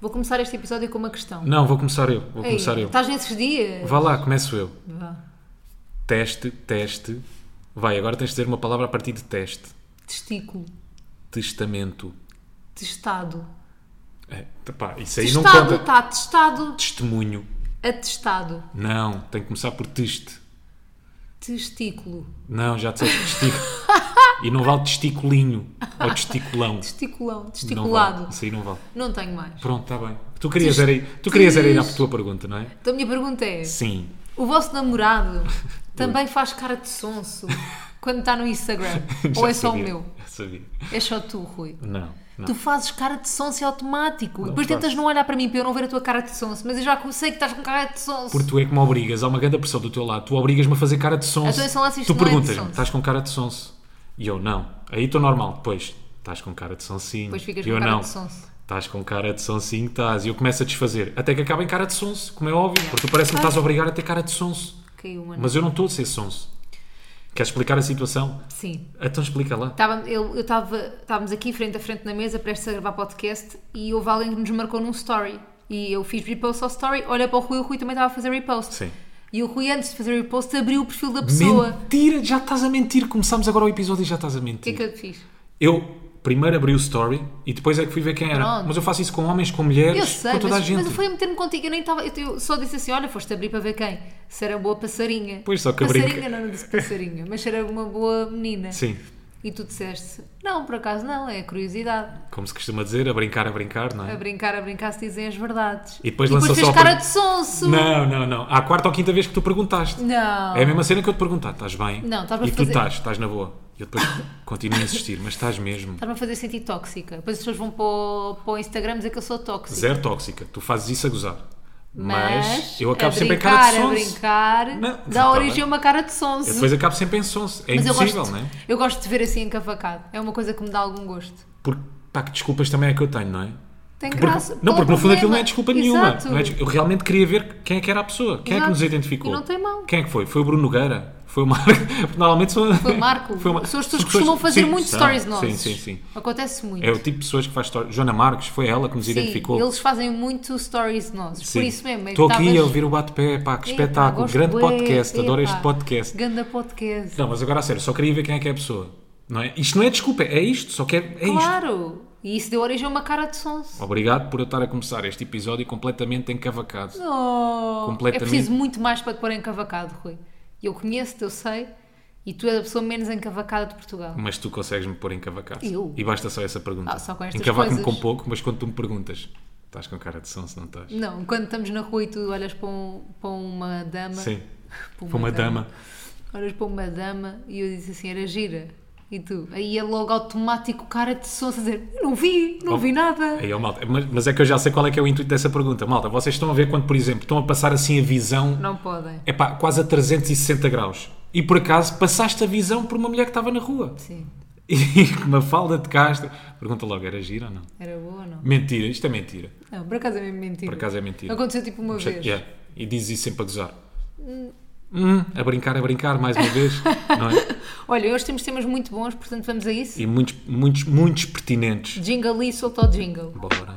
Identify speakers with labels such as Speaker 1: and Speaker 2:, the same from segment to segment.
Speaker 1: Vou começar este episódio com uma questão.
Speaker 2: Não, vou começar eu.
Speaker 1: Ei,
Speaker 2: Vou
Speaker 1: tá.
Speaker 2: começar eu.
Speaker 1: Estás nesses dias?
Speaker 2: Vá lá, começo eu.
Speaker 1: Vá.
Speaker 2: Teste, teste. Vai, agora tens de dizer uma palavra a partir de teste.
Speaker 1: Testículo.
Speaker 2: Testamento.
Speaker 1: Testado.
Speaker 2: É, tá, pá, isso aí não
Speaker 1: Testado,
Speaker 2: conta.
Speaker 1: está testado.
Speaker 2: Testemunho.
Speaker 1: Atestado.
Speaker 2: Não, tem que começar por teste.
Speaker 1: Testículo.
Speaker 2: Não, já disseste testículo. e não vale testiculinho ou testiculão.
Speaker 1: Testiculão.
Speaker 2: Não vale.
Speaker 1: Testiculado.
Speaker 2: Isso aí não vale.
Speaker 1: Não, tenho mais.
Speaker 2: Pronto, está bem. Tu querias,
Speaker 1: Test-
Speaker 2: era, ir- tu querias era ir à
Speaker 1: Test-
Speaker 2: tua pergunta, não é?
Speaker 1: Então a minha pergunta é:
Speaker 2: Sim.
Speaker 1: o vosso namorado também faz cara de sonso quando está no Instagram? Ou
Speaker 2: Já
Speaker 1: é só o
Speaker 2: sabia,
Speaker 1: meu?
Speaker 2: já sabia.
Speaker 1: É só tu, Rui.
Speaker 2: Não, não.
Speaker 1: Tu fazes cara de sonso é automático. e depois
Speaker 2: faço.
Speaker 1: tentas não olhar para mim para eu não ver a tua cara de sonso. Mas eu já sei que estás com cara de sonso.
Speaker 2: Porque tu é que me obrigas, há uma grande pressão do teu lado, tu obrigas-me a fazer cara de sonso.
Speaker 1: Então, esse lance isto
Speaker 2: tu
Speaker 1: não é de
Speaker 2: perguntas-me,
Speaker 1: sonso.
Speaker 2: estás com cara de sonso? E eu, não. Aí estou normal, depois, estás com cara de sonsinho.
Speaker 1: Depois ficas
Speaker 2: e
Speaker 1: com
Speaker 2: eu,
Speaker 1: cara
Speaker 2: não.
Speaker 1: de sonso.
Speaker 2: Estás com cara de sonsinho, estás. E eu começo a desfazer, até que acaba em cara de sonso, como é óbvio. Porque tu parece-me que estás a obrigar a ter cara de sonso.
Speaker 1: Caiu uma.
Speaker 2: Mas eu não estou a ser sonso. Queres explicar a situação?
Speaker 1: Sim.
Speaker 2: Então explica lá.
Speaker 1: Estava, eu, eu estava, estávamos aqui frente a frente na mesa prestes a gravar podcast e houve alguém que nos marcou num story. E eu fiz repost ao story, olha para o Rui, o Rui também estava a fazer repost.
Speaker 2: Sim.
Speaker 1: E o Rui, antes de fazer repost, abriu o perfil da pessoa. O
Speaker 2: Mentira, já estás a mentir. Começámos agora o episódio e já estás a
Speaker 1: que é
Speaker 2: mentir.
Speaker 1: que eu fiz?
Speaker 2: Eu primeiro abri o story e depois é que fui ver quem era.
Speaker 1: Pronto.
Speaker 2: Mas eu faço isso com homens, com mulheres,
Speaker 1: Eu sei,
Speaker 2: com toda a
Speaker 1: mas,
Speaker 2: gente.
Speaker 1: mas eu fui a meter-me contigo, eu nem estava. Eu, eu só disse assim: olha, foste abrir para ver quem? Se era boa passarinha.
Speaker 2: Pois, só que eu
Speaker 1: Passarinha,
Speaker 2: brinco.
Speaker 1: não, não disse passarinha, mas se era uma boa menina.
Speaker 2: Sim,
Speaker 1: E tu disseste: não, por acaso não, é curiosidade.
Speaker 2: como se costuma dizer, a brincar, a brincar, não
Speaker 1: A
Speaker 2: é?
Speaker 1: brincar, a brincar se dizem as verdades.
Speaker 2: E depois lançou
Speaker 1: fez
Speaker 2: só a
Speaker 1: cara
Speaker 2: per-
Speaker 1: de sonso.
Speaker 2: Não, não, não. Há a quarta ou quinta vez que tu perguntaste.
Speaker 1: Não.
Speaker 2: É a mesma cena que eu te perguntar, estás bem?
Speaker 1: Não, estás a
Speaker 2: E tu
Speaker 1: fazer-
Speaker 2: estás, estás na boa. E eu depois continuo a insistir, mas estás mesmo.
Speaker 1: Estás-me a fazer sentir tóxica. Depois as pessoas vão para o, para o Instagram dizer que eu sou tóxica.
Speaker 2: Zero tóxica. Tu fazes isso a gozar. Mas,
Speaker 1: Mas
Speaker 2: eu acabo
Speaker 1: a
Speaker 2: sempre em
Speaker 1: brincar,
Speaker 2: cara de
Speaker 1: a
Speaker 2: sonso.
Speaker 1: brincar,
Speaker 2: Não,
Speaker 1: dá
Speaker 2: tá
Speaker 1: origem
Speaker 2: bem.
Speaker 1: a uma cara de
Speaker 2: Eu
Speaker 1: sonso.
Speaker 2: depois acabo sempre em sonso. É
Speaker 1: Mas eu
Speaker 2: impossível,
Speaker 1: gosto,
Speaker 2: não é?
Speaker 1: eu gosto de ver assim encavacado. É uma coisa que me dá algum gosto.
Speaker 2: Porque, pá, que desculpas também é que eu tenho, não é?
Speaker 1: Tem
Speaker 2: Porque-
Speaker 1: graça.
Speaker 2: não,
Speaker 1: Qual
Speaker 2: porque
Speaker 1: o
Speaker 2: no fundo aquilo
Speaker 1: problema?
Speaker 2: não é desculpa nenhuma.
Speaker 1: Exato.
Speaker 2: Não é des- eu realmente queria ver quem é que era a pessoa, quem é
Speaker 1: Exato.
Speaker 2: que nos identificou.
Speaker 1: E não tem mão.
Speaker 2: Quem é que foi? Foi o Bruno Nogueira? Foi o Marco? Normalmente são...
Speaker 1: Foi o Marco.
Speaker 2: Foi o Mar-
Speaker 1: São as pessoas que
Speaker 2: são-
Speaker 1: costumam fazer
Speaker 2: sim,
Speaker 1: muitos
Speaker 2: são.
Speaker 1: stories nossos.
Speaker 2: Sim, sim, sim.
Speaker 1: Acontece muito.
Speaker 2: É o tipo de pessoas que faz stories. Joana Marques, foi ela que nos
Speaker 1: Sim,
Speaker 2: identificou.
Speaker 1: eles fazem muito stories nossos.
Speaker 2: Sim.
Speaker 1: Por isso mesmo. é que
Speaker 2: Estou aqui
Speaker 1: estavas-
Speaker 2: a ouvir o bate-pé, pá, que
Speaker 1: Epá,
Speaker 2: espetáculo.
Speaker 1: gosto
Speaker 2: Grande
Speaker 1: bué.
Speaker 2: podcast, adoro
Speaker 1: Epá,
Speaker 2: este podcast.
Speaker 1: Ganda podcast.
Speaker 2: Não, mas agora a sério, só queria ver quem é que é a pessoa. Não é? Isto não é desculpa, é isto, só que é, é isto.
Speaker 1: Claro. E isso deu origem a uma cara de sonso.
Speaker 2: Obrigado por eu estar a começar este episódio completamente encavacado.
Speaker 1: Oh,
Speaker 2: Completamente.
Speaker 1: É preciso muito mais para te pôr encavacado, Rui. Eu conheço-te, eu sei, e tu és a pessoa menos encavacada de Portugal.
Speaker 2: Mas tu consegues-me pôr encavacado.
Speaker 1: Eu?
Speaker 2: E basta só essa pergunta.
Speaker 1: Ah, só com estas
Speaker 2: Encavaco-me
Speaker 1: coisas.
Speaker 2: com pouco, mas quando tu me perguntas, estás com cara de som se não estás?
Speaker 1: Não, quando estamos na rua e tu olhas para, um- para uma dama,
Speaker 2: Sim.
Speaker 1: Para uma
Speaker 2: Foi uma
Speaker 1: dama.
Speaker 2: dama.
Speaker 1: olhas para uma dama e eu disse assim, era gira. E tu, aí é logo automático cara de sonso a dizer, eu não vi, não
Speaker 2: Oh,
Speaker 1: vi nada.
Speaker 2: Aí, ó, malta, mas, mas é que eu já sei qual é que é o intuito dessa pergunta. Malta, vocês estão a ver quando, por exemplo, estão a passar assim a visão,
Speaker 1: Não podem.
Speaker 2: é pá, quase a 360 graus. E por acaso passaste a visão por uma mulher que estava na rua.
Speaker 1: Sim,
Speaker 2: E com uma falda de castro. Pergunta logo, era gira ou não?
Speaker 1: era boa ou não?
Speaker 2: Mentira, isto é mentira.
Speaker 1: Não, por acaso é mesmo mentira.
Speaker 2: Por acaso é mentira.
Speaker 1: Aconteceu tipo uma
Speaker 2: Che-
Speaker 1: vez.
Speaker 2: yeah. E diz isso sempre a gozar. Hum, a brincar, a brincar, mais uma vez. não é?
Speaker 1: Olha, hoje temos temas muito bons, portanto vamos a isso.
Speaker 2: E muitos, muitos, muitos pertinentes.
Speaker 1: Jingle e solta o jingle.
Speaker 2: Bora.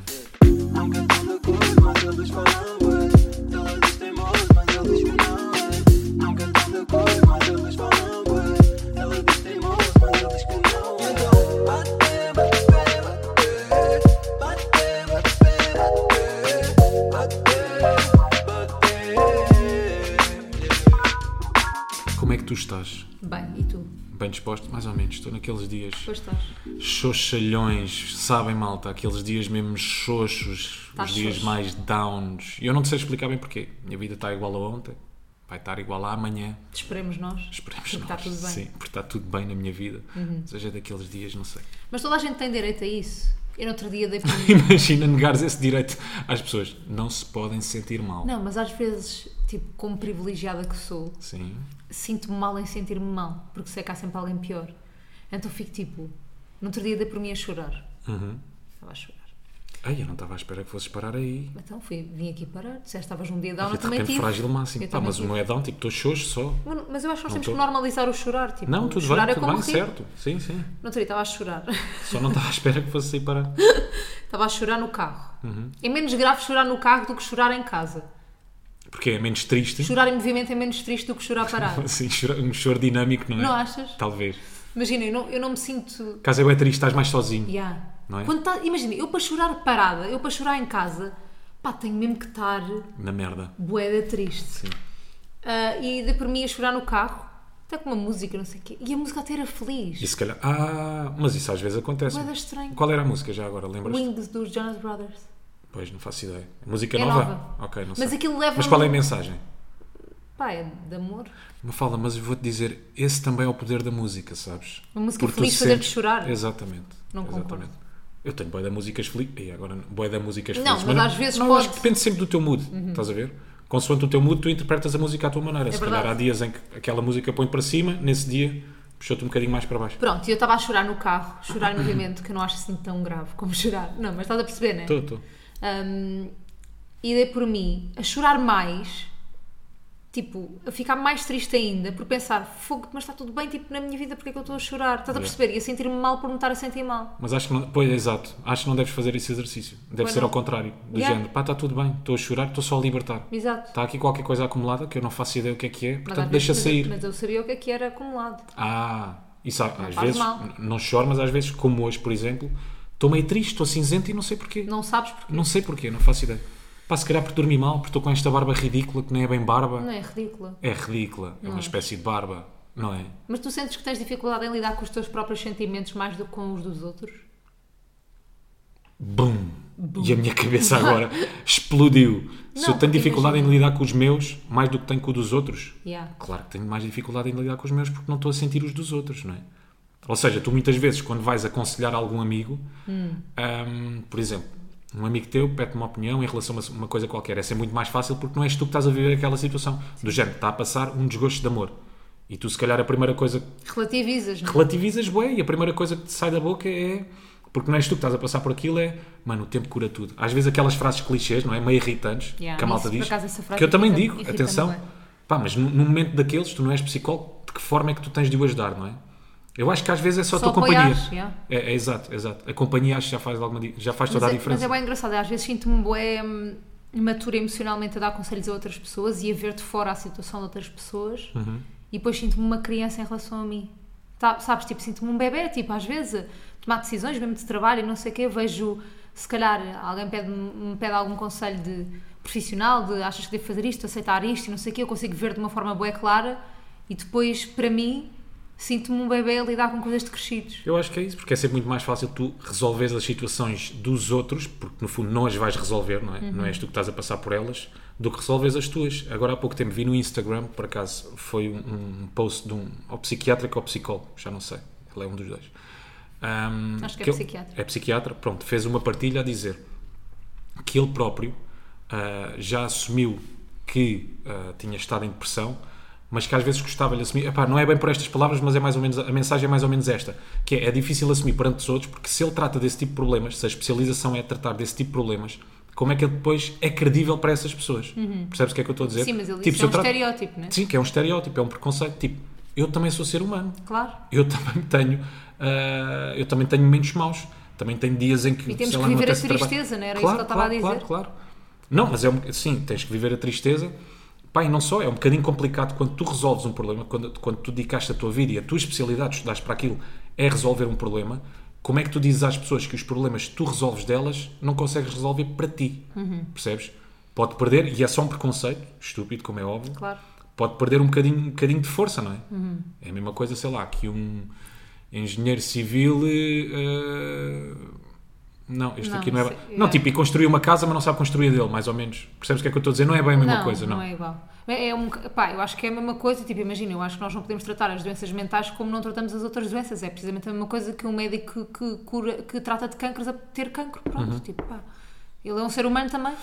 Speaker 3: Não canto na cor, mas eles falam ué. Ela diz temor, mas eles me não ué. Não canto na cor, mas eles falam ué. Ela diz temor, mas eles me não ué. Então, bate, bate, bate, bate, bate, bate, bate, bate.
Speaker 2: Como é que tu estás?
Speaker 1: Bem, e tu?
Speaker 2: Bem disposto? Mais ou menos. Estou naqueles dias
Speaker 1: Pois estás.
Speaker 2: xoxalhões, sabem malta? Aqueles dias mesmo xoxos,
Speaker 1: Estás
Speaker 2: os dias
Speaker 1: Tá xoxo.
Speaker 2: mais downs. E eu não te sei explicar bem porquê. Minha vida está igual a ontem, vai estar igual a amanhã.
Speaker 1: Esperemos nós.
Speaker 2: Esperemos
Speaker 1: Porque
Speaker 2: nós.
Speaker 1: está tudo bem. Uhum.
Speaker 2: Sim, porque está tudo bem na minha vida. Mas hoje é daqueles dias, não sei.
Speaker 1: Mas toda a gente tem direito a isso. Eu no outro dia dei por mim.
Speaker 2: Imagina negares esse direito às pessoas. Não se podem sentir mal.
Speaker 1: Não, mas às vezes, tipo, como privilegiada que sou,
Speaker 2: Sim.
Speaker 1: sinto-me mal em sentir-me mal, porque sei que há sempre alguém
Speaker 2: Uhum.
Speaker 1: pior. Então fico tipo, no outro dia dei por mim a chorar. Estava a chorar.
Speaker 2: Ai, eu não estava à espera que fosses parar aí.
Speaker 1: Então fui, vim aqui parar, disseste que estavas num dia down,
Speaker 2: Olha,
Speaker 1: eu
Speaker 2: de
Speaker 1: também
Speaker 2: repente
Speaker 1: tive.
Speaker 2: frágil máximo.
Speaker 1: Eu
Speaker 2: Pá,
Speaker 1: também
Speaker 2: mas
Speaker 1: tive.
Speaker 2: não é down, tipo, estou xoxo só.
Speaker 1: Mano, Mas eu acho que nós
Speaker 2: Não
Speaker 1: temos
Speaker 2: tô.
Speaker 1: que normalizar o chorar, tipo,
Speaker 2: Não, tudo
Speaker 1: chorar
Speaker 2: bem,
Speaker 1: é
Speaker 2: tudo
Speaker 1: como
Speaker 2: bem,
Speaker 1: rir.
Speaker 2: certo. Sim, sim.
Speaker 1: Não, Torito, estava a chorar.
Speaker 2: Só não estava à espera que fosse assim aí parar.
Speaker 1: Estava a chorar no carro.
Speaker 2: Uhum.
Speaker 1: É menos grave chorar no carro do que chorar em casa.
Speaker 2: Porque é menos triste.
Speaker 1: Chorar em movimento é menos triste do que chorar parado.
Speaker 2: Sim, chora- um choro dinâmico, não é?
Speaker 1: Não achas?
Speaker 2: Talvez.
Speaker 1: Imagina, eu não, eu não me sinto.
Speaker 2: Caso eu é triste, estás mais sozinho.
Speaker 1: Yeah.
Speaker 2: Não é?
Speaker 1: Quando tá- imagina, eu para chorar parada, eu para chorar em casa, pá, tenho mesmo que estar
Speaker 2: Na merda.
Speaker 1: boeda triste. Ah, e de por mim a chorar no carro, até com uma música, não sei o quê. E a música até era feliz.
Speaker 2: E se calhar. Ah, mas isso às vezes acontece.
Speaker 1: Bué da estranho.
Speaker 2: Qual era a música já agora? Lembras?
Speaker 1: Wings dos Jonas Brothers.
Speaker 2: Pois, é não faço ideia. Música
Speaker 1: É
Speaker 2: nova?
Speaker 1: nova.
Speaker 2: Ok, não sei.
Speaker 1: Mas aquilo leva. um
Speaker 2: Mas qual é a mensagem?
Speaker 1: Pá, é de amor.
Speaker 2: Me fala, mas eu vou-te dizer, esse também é o poder da música, sabes?
Speaker 1: Uma música
Speaker 2: Porque tu
Speaker 1: feliz
Speaker 2: se
Speaker 1: fazer-te
Speaker 2: sentes-
Speaker 1: chorar.
Speaker 2: Exatamente.
Speaker 1: Não
Speaker 2: exatamente.
Speaker 1: concordo.
Speaker 2: Eu tenho boia da músicas felizes. E agora, boia da músicas
Speaker 1: Não,
Speaker 2: felizes.
Speaker 1: mas às vezes Uhum.
Speaker 2: não, acho
Speaker 1: pode-
Speaker 2: que depende sempre do teu mood, estás a ver? Consoante o teu mood, tu interpretas a música à tua maneira. se calhar há
Speaker 1: É verdade.
Speaker 2: dias em que aquela música põe para cima, nesse dia puxou-te um bocadinho mais para baixo.
Speaker 1: Pronto, e eu estava a chorar no carro, chorar em movimento, que eu não acho assim tão grave como chorar. Não, mas estás a perceber, não é?
Speaker 2: Estou, estou.
Speaker 1: Hum, e dei por mim a chorar mais, tipo, a ficar mais triste ainda, por pensar, fogo, mas está tudo bem, tipo, na minha vida, porque é que eu estou a chorar? Estás a perceber? E a sentir-me mal por me estar a sentir mal.
Speaker 2: Mas acho que não, pois, exato, acho que não deves fazer esse exercício. Deve
Speaker 1: Pois
Speaker 2: ser
Speaker 1: não.
Speaker 2: ao contrário, do
Speaker 1: Yeah.
Speaker 2: género, pá, está tudo bem, estou a chorar, estou só a libertar.
Speaker 1: Exato.
Speaker 2: Está aqui qualquer coisa acumulada que eu não faço ideia o que é que é,
Speaker 1: Mas às
Speaker 2: Tá, portanto deixa
Speaker 1: vezes-
Speaker 2: sair.
Speaker 1: Mas, mas eu sabia o que é que era acumulado.
Speaker 2: Ah, isso há- às
Speaker 1: faz
Speaker 2: vezes,
Speaker 1: mal.
Speaker 2: n- não choro, mas às vezes, como hoje, por exemplo, estou meio triste, estou cinzento e não sei porquê. Não,
Speaker 1: Não sabes porque.
Speaker 2: sei porquê, não faço ideia. Pá, se calhar porque dormi mal, porque estou com esta barba ridícula que nem é bem barba.
Speaker 1: Não é ridícula.
Speaker 2: É ridícula, é uma espécie de barba, não é?
Speaker 1: Mas tu sentes que tens dificuldade em lidar com os teus próprios sentimentos mais do que com os dos outros?
Speaker 2: Bum! E a minha cabeça agora explodiu.
Speaker 1: Não,
Speaker 2: se eu tenho
Speaker 1: porque
Speaker 2: dificuldade em
Speaker 1: imagina-
Speaker 2: lidar com os meus, mais do que tenho com os dos outros,
Speaker 1: Yeah.
Speaker 2: Claro que tenho mais dificuldade em lidar com os meus porque não estou a sentir os dos outros, não é? Ou seja, tu muitas vezes, quando vais aconselhar algum amigo, hum, por exemplo, um amigo teu pede-te uma opinião em relação a uma coisa qualquer, essa é muito mais fácil porque não és tu que estás a viver aquela situação. Do género, está a passar um desgosto de amor. E tu, se calhar, a primeira coisa que
Speaker 1: Relativizas, não é?
Speaker 2: relativizas, bué, e a primeira coisa que te sai da boca é. Porque não és tu que estás a passar por aquilo, é. Mano, o tempo cura tudo. Às vezes aquelas frases clichês, não é? Meio irritantes,
Speaker 1: Yeah,
Speaker 2: que a malta
Speaker 1: isso, por
Speaker 2: diz.
Speaker 1: acaso, essa frase
Speaker 2: que eu também
Speaker 1: irrita-
Speaker 2: digo,
Speaker 1: irrita-me
Speaker 2: atenção.
Speaker 1: bué.
Speaker 2: Pá, mas num num momento daqueles, tu não és psicólogo, de que forma é que tu tens de o ajudar, não é? Eu acho que às vezes é só, a
Speaker 1: Só
Speaker 2: tua companhia.
Speaker 1: apoiares, yeah.
Speaker 2: É, é, exato, exato. A companhia acho que já faz, alguma, di- já faz toda
Speaker 1: mas, é,
Speaker 2: a
Speaker 1: mas
Speaker 2: diferença.
Speaker 1: é bem engraçado, às vezes sinto-me bué hum, imatura emocionalmente a dar conselhos a outras pessoas e a ver de fora a situação de outras pessoas
Speaker 2: Uhum.
Speaker 1: e depois sinto-me uma criança em relação a mim. Tá- sabes, tipo, sinto-me um bebê, tipo, às vezes a tomar decisões, mesmo de trabalho e não sei o quê, vejo, se calhar, alguém pede, me pede algum conselho de profissional, de achas que devo fazer isto, aceitar isto e não sei o quê, eu consigo ver de uma forma bué clara e depois, para mim, sinto-me um bebê a lidar com coisas de crescidos.
Speaker 2: Eu acho que é isso, porque é sempre muito mais fácil tu resolveres as situações dos outros, porque no fundo não as vais resolver, não é?
Speaker 1: Uhum.
Speaker 2: Não és tu que estás a passar por elas, do que resolveres as tuas. Agora há pouco tempo vi no Instagram, por acaso foi um, um post de um ou psiquiatra ou psicólogo, já não sei, ele é um dos dois. Ahm,
Speaker 1: Acho que é
Speaker 2: ele-
Speaker 1: psiquiatra.
Speaker 2: É psiquiatra, pronto, fez uma partilha a dizer que ele próprio ah, já assumiu que ah, tinha estado em depressão, mas que às vezes gostava-lhe assumir. Epá, não é bem por estas palavras, mas é mais ou menos a mensagem é mais ou menos esta, que é, é difícil assumir perante os outros, porque se ele trata desse tipo de problemas, se a especialização é tratar desse tipo de problemas, como é que ele depois é credível para essas pessoas? Percebes o que é que eu estou a dizer?
Speaker 1: Uhum. Sim, mas ele
Speaker 2: Tipo,
Speaker 1: disse
Speaker 2: se
Speaker 1: que é
Speaker 2: eu
Speaker 1: um
Speaker 2: trato-
Speaker 1: estereótipo, não é?
Speaker 2: Sim, que é um estereótipo, é um preconceito. Tipo, eu também sou ser humano
Speaker 1: Claro.
Speaker 2: eu também tenho ah, eu também tenho momentos maus também tenho dias em que
Speaker 1: E temos que
Speaker 2: sei não
Speaker 1: viver a
Speaker 2: apetece trabalhar.
Speaker 1: tristeza, não era isso
Speaker 2: claro,
Speaker 1: que eu estava a
Speaker 2: claro,
Speaker 1: dizer?
Speaker 2: claro, claro não, mas é um, sim, tens que viver a tristeza pá, e não só, é um bocadinho complicado quando tu resolves um problema, quando, quando tu dedicaste a tua vida e a tua especialidade, estudaste para aquilo é resolver um problema como é que tu dizes às pessoas que os problemas que tu resolves delas não consegues resolver para ti
Speaker 1: Uhum.
Speaker 2: percebes? Pode perder e é só um preconceito, estúpido como é óbvio
Speaker 1: Claro.
Speaker 2: pode perder um bocadinho, um bocadinho de força, não é?
Speaker 1: Uhum.
Speaker 2: É a mesma coisa, sei lá, que um engenheiro civil. eh, Não, este
Speaker 1: Não,
Speaker 2: aqui não é.
Speaker 1: sei,
Speaker 2: bem- Não,
Speaker 1: é.
Speaker 2: tipo, e construir uma casa, mas não sabe construir a dele, mais ou menos. Percebes o que é que eu estou a dizer? Não é bem a mesma coisa, não.
Speaker 1: é igual. É é um, pá, eu acho que é a mesma coisa, tipo, imagina, eu acho que nós não podemos tratar as doenças mentais como não tratamos as outras doenças. É precisamente a mesma coisa que um médico que, que cura, que trata de cânceres a ter cancro. Pronto,
Speaker 2: Uhum.
Speaker 1: tipo, pá. Ele é um ser humano também.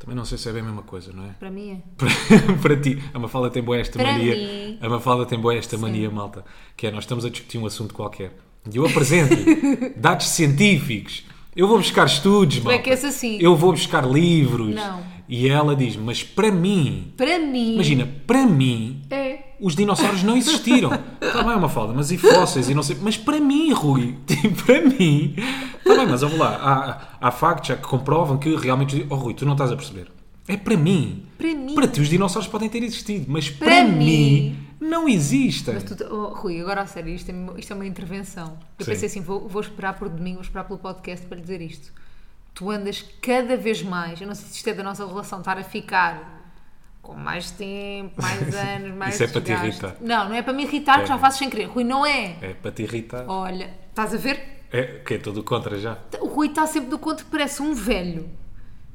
Speaker 2: Também não sei se é bem a mesma coisa, não é?
Speaker 1: Para mim é.
Speaker 2: para, para ti. A Mafalda tem boa esta
Speaker 1: Para
Speaker 2: mania.
Speaker 1: mim.
Speaker 2: A Mafalda tem boa esta mania, malta. Que é, nós estamos a discutir um assunto qualquer. E eu apresento dados científicos. Eu vou buscar estudos,
Speaker 1: Tu é
Speaker 2: malta.
Speaker 1: que és assim.
Speaker 2: Eu vou buscar livros.
Speaker 1: Não.
Speaker 2: E ela diz, mas para mim,
Speaker 1: Para mim.
Speaker 2: imagina, para mim,
Speaker 1: É.
Speaker 2: os dinossauros não existiram. Está bem, uma falda, mas e fósseis e não sei. Mas para mim, Rui, tipo, para mim. Está bem, mas vamos lá. Há, há factos já que comprovam que realmente. Oh, Rui, tu não estás a perceber. É para mim.
Speaker 1: Para mim.
Speaker 2: Para ti, os dinossauros podem ter existido, mas para,
Speaker 1: Para
Speaker 2: mim,
Speaker 1: mim.
Speaker 2: não existem.
Speaker 1: Mas tu- oh, Rui, agora a sério, isto é, isto é uma intervenção. Eu
Speaker 2: Sim.
Speaker 1: pensei assim: vou, vou esperar por domingo, vou esperar pelo podcast para lhe dizer isto. Tu andas cada vez mais, eu não sei se isto é da nossa relação, estar a ficar com mais tempo, mais anos, mais.
Speaker 2: Isso é para te
Speaker 1: desgaste.
Speaker 2: irritar.
Speaker 1: Não, não é para me irritar, que já
Speaker 2: É.
Speaker 1: faço sem querer. Rui, não é.
Speaker 2: É para te irritar.
Speaker 1: Olha, estás a ver?
Speaker 2: É que é tudo contra já.
Speaker 1: O Rui está sempre do conto que parece um velho.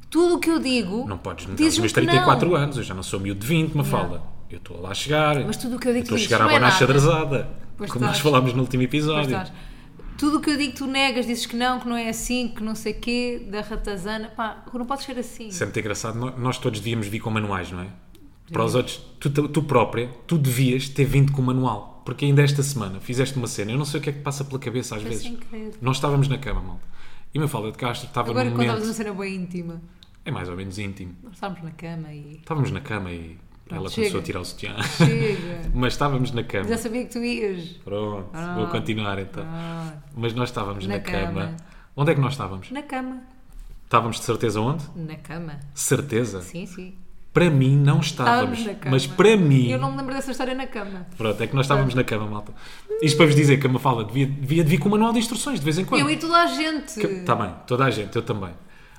Speaker 1: Tudo o que eu digo.
Speaker 2: Não podes me dar os
Speaker 1: dizes-me
Speaker 2: meus
Speaker 1: que não.
Speaker 2: 34 anos, eu já não sou miúdo de 20, Mafalda. Eu estou lá a chegar.
Speaker 1: Mas tudo o que eu digo
Speaker 2: estou a
Speaker 1: tu dizes,
Speaker 2: chegar à
Speaker 1: não é
Speaker 2: banana
Speaker 1: nada.
Speaker 2: xadrezada.
Speaker 1: Pois
Speaker 2: Como nós
Speaker 1: estás.
Speaker 2: falámos no último
Speaker 1: Pois
Speaker 2: episódio.
Speaker 1: estás. Tudo o que eu digo tu negas, dizes que não, que não é assim, que não sei quê, da ratazana. Pá, não podes ser assim.
Speaker 2: Isso é muito engraçado. Nó- Nós todos devíamos vir com manuais, não é? Para os outros, tu, tu própria, tu devias ter vindo com o manual. Porque ainda esta semana fizeste uma cena, eu não sei o que é que passa pela cabeça às
Speaker 1: Foi
Speaker 2: vezes.
Speaker 1: sem querer.
Speaker 2: Nós estávamos na cama, malta. E me fala de Castro, estava
Speaker 1: Agora
Speaker 2: num
Speaker 1: quando estavas
Speaker 2: momento.
Speaker 1: uma cena bem íntima,
Speaker 2: É mais ou menos íntimo.
Speaker 1: nós estávamos na cama e.
Speaker 2: Estávamos na cama e ela
Speaker 1: chega.
Speaker 2: começou a tirar o sutiã.
Speaker 1: Chega!
Speaker 2: Mas estávamos na cama.
Speaker 1: Já sabia que tu ias.
Speaker 2: Pronto,
Speaker 1: Ah.
Speaker 2: vou continuar então.
Speaker 1: Ah,
Speaker 2: Mas nós estávamos na,
Speaker 1: Na
Speaker 2: cama.
Speaker 1: cama.
Speaker 2: Onde é que nós estávamos?
Speaker 1: na cama.
Speaker 2: Estávamos de certeza onde?
Speaker 1: Na cama.
Speaker 2: Certeza?
Speaker 1: Sim, sim.
Speaker 2: Para mim não estávamos.
Speaker 1: Estávamos na cama.
Speaker 2: Mas para mim.
Speaker 1: Eu não me lembro dessa história na cama.
Speaker 2: Pronto, é que nós estávamos na cama, malta. Isto para vos dizer que a Mafalda devia, devia de vir com o manual de instruções de vez em quando. tá
Speaker 1: Eu e toda a gente.
Speaker 2: Está bem, toda a gente, eu também.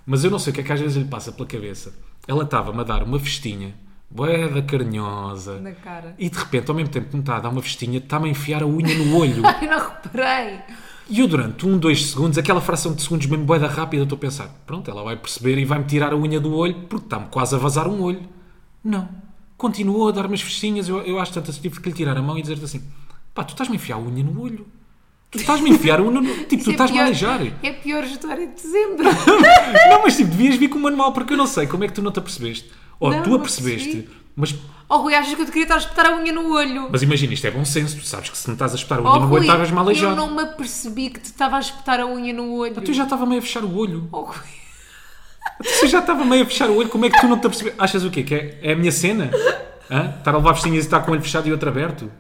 Speaker 2: Mas eu não sei o que é que às vezes lhe passa pela cabeça. Ela estava-me a dar uma festinha, boeda carinhosa,
Speaker 1: Na cara.
Speaker 2: e de repente, ao mesmo tempo que me está a dar uma festinha, está-me a enfiar a unha no olho.
Speaker 1: Eu não reparei.
Speaker 2: E eu durante um, dois segundos, aquela fração de segundos mesmo boeda rápida, eu estou a pensar, pronto, ela vai perceber e vai-me tirar a unha do olho porque está-me quase a vazar um olho. Não. Continuou a dar umas festinhas, eu, eu acho tanto assim, tive que lhe tirar a mão e dizer-te assim, pá, tu estás-me a enfiar a unha no olho. Tu estás-me a enfiar a unha no Tipo,
Speaker 1: Isso
Speaker 2: tu
Speaker 1: é
Speaker 2: estás-me
Speaker 1: pior-
Speaker 2: a aleijar.
Speaker 1: É a pior história de dezembro.
Speaker 2: Não, mas tipo, devias vir com o manual porque eu não sei como é que tu não te apercebeste. Ou
Speaker 1: Não,
Speaker 2: tu
Speaker 1: não
Speaker 2: apercebeste,
Speaker 1: percebi.
Speaker 2: mas,
Speaker 1: Oh, Rui, achas que eu te queria estar a espetar a unha no olho?
Speaker 2: mas imagina, isto é bom senso, tu sabes que se não estás a espetar a
Speaker 1: Oh,
Speaker 2: unha no olho,
Speaker 1: Rui,
Speaker 2: estavas-me a aleijar.
Speaker 1: eu não me apercebi que te estava a espetar a unha no olho.
Speaker 2: Então Tu já estava meio a fechar o olho.
Speaker 1: Oh, Rui.
Speaker 2: Se eu já estava meio a fechar o olho, como é que tu não te apercebes? Achas o quê? Que é, é a minha cena? Hã? Estar a levar festinhas e estar com o olho fechado e outro aberto?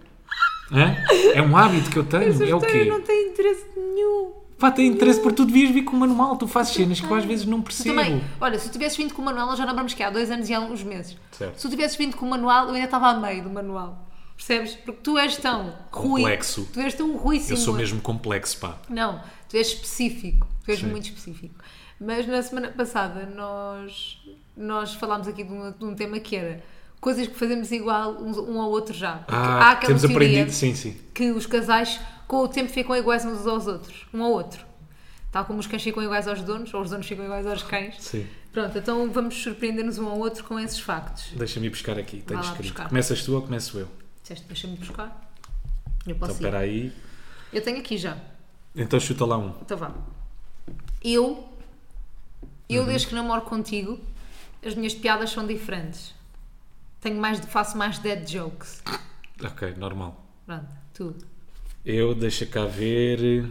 Speaker 2: Hã? É um hábito que eu tenho?
Speaker 1: Essa
Speaker 2: é o
Speaker 1: história
Speaker 2: quê?
Speaker 1: não tem interesse nenhum.
Speaker 2: Pá, tem interesse porque tu devias vir com o manual. Tu fazes cenas que eu às vezes não
Speaker 1: Tu
Speaker 2: percebo.
Speaker 1: também, olha, se tu tivesses vindo com o manual, nós já lembramos que há dois anos e há uns meses.
Speaker 2: Certo.
Speaker 1: Se tu tivesses vindo com o manual, eu ainda estava a meio do manual. Percebes? Porque tu és tão ruim.
Speaker 2: Complexo.
Speaker 1: Tu és tão ruim,
Speaker 2: Eu sou mesmo complexo, pá.
Speaker 1: Não, tu és específico, tu és
Speaker 2: Sim.
Speaker 1: muito específico. Mas na semana passada nós, nós falámos aqui de um, de um tema que era coisas que fazemos igual uns- um ao outro já. Porque
Speaker 2: Ah, temos aprendido. Sim, sim.
Speaker 1: que os casais com o tempo ficam iguais uns aos outros, um ao outro. Tal como os cães ficam iguais aos donos, ou os donos ficam iguais aos cães.
Speaker 2: Sim.
Speaker 1: Pronto, então vamos surpreender-nos um ao outro com esses factos.
Speaker 2: Deixa-me ir buscar aqui. Tenho
Speaker 1: lá
Speaker 2: escrito.
Speaker 1: buscar.
Speaker 2: Começas tu ou começo eu?
Speaker 1: Disseste, deixa-me buscar. Eu
Speaker 2: Então,
Speaker 1: posso
Speaker 2: espera
Speaker 1: ir.
Speaker 2: aí.
Speaker 1: Eu tenho aqui já.
Speaker 2: Então chuta lá um.
Speaker 1: Então vá. Eu, eu
Speaker 2: Uhum.
Speaker 1: desde que namoro contigo, as minhas piadas são diferentes. Tenho mais, faço mais dead jokes.
Speaker 2: Ok, normal.
Speaker 1: Pronto, tu.
Speaker 2: Eu, deixa cá ver...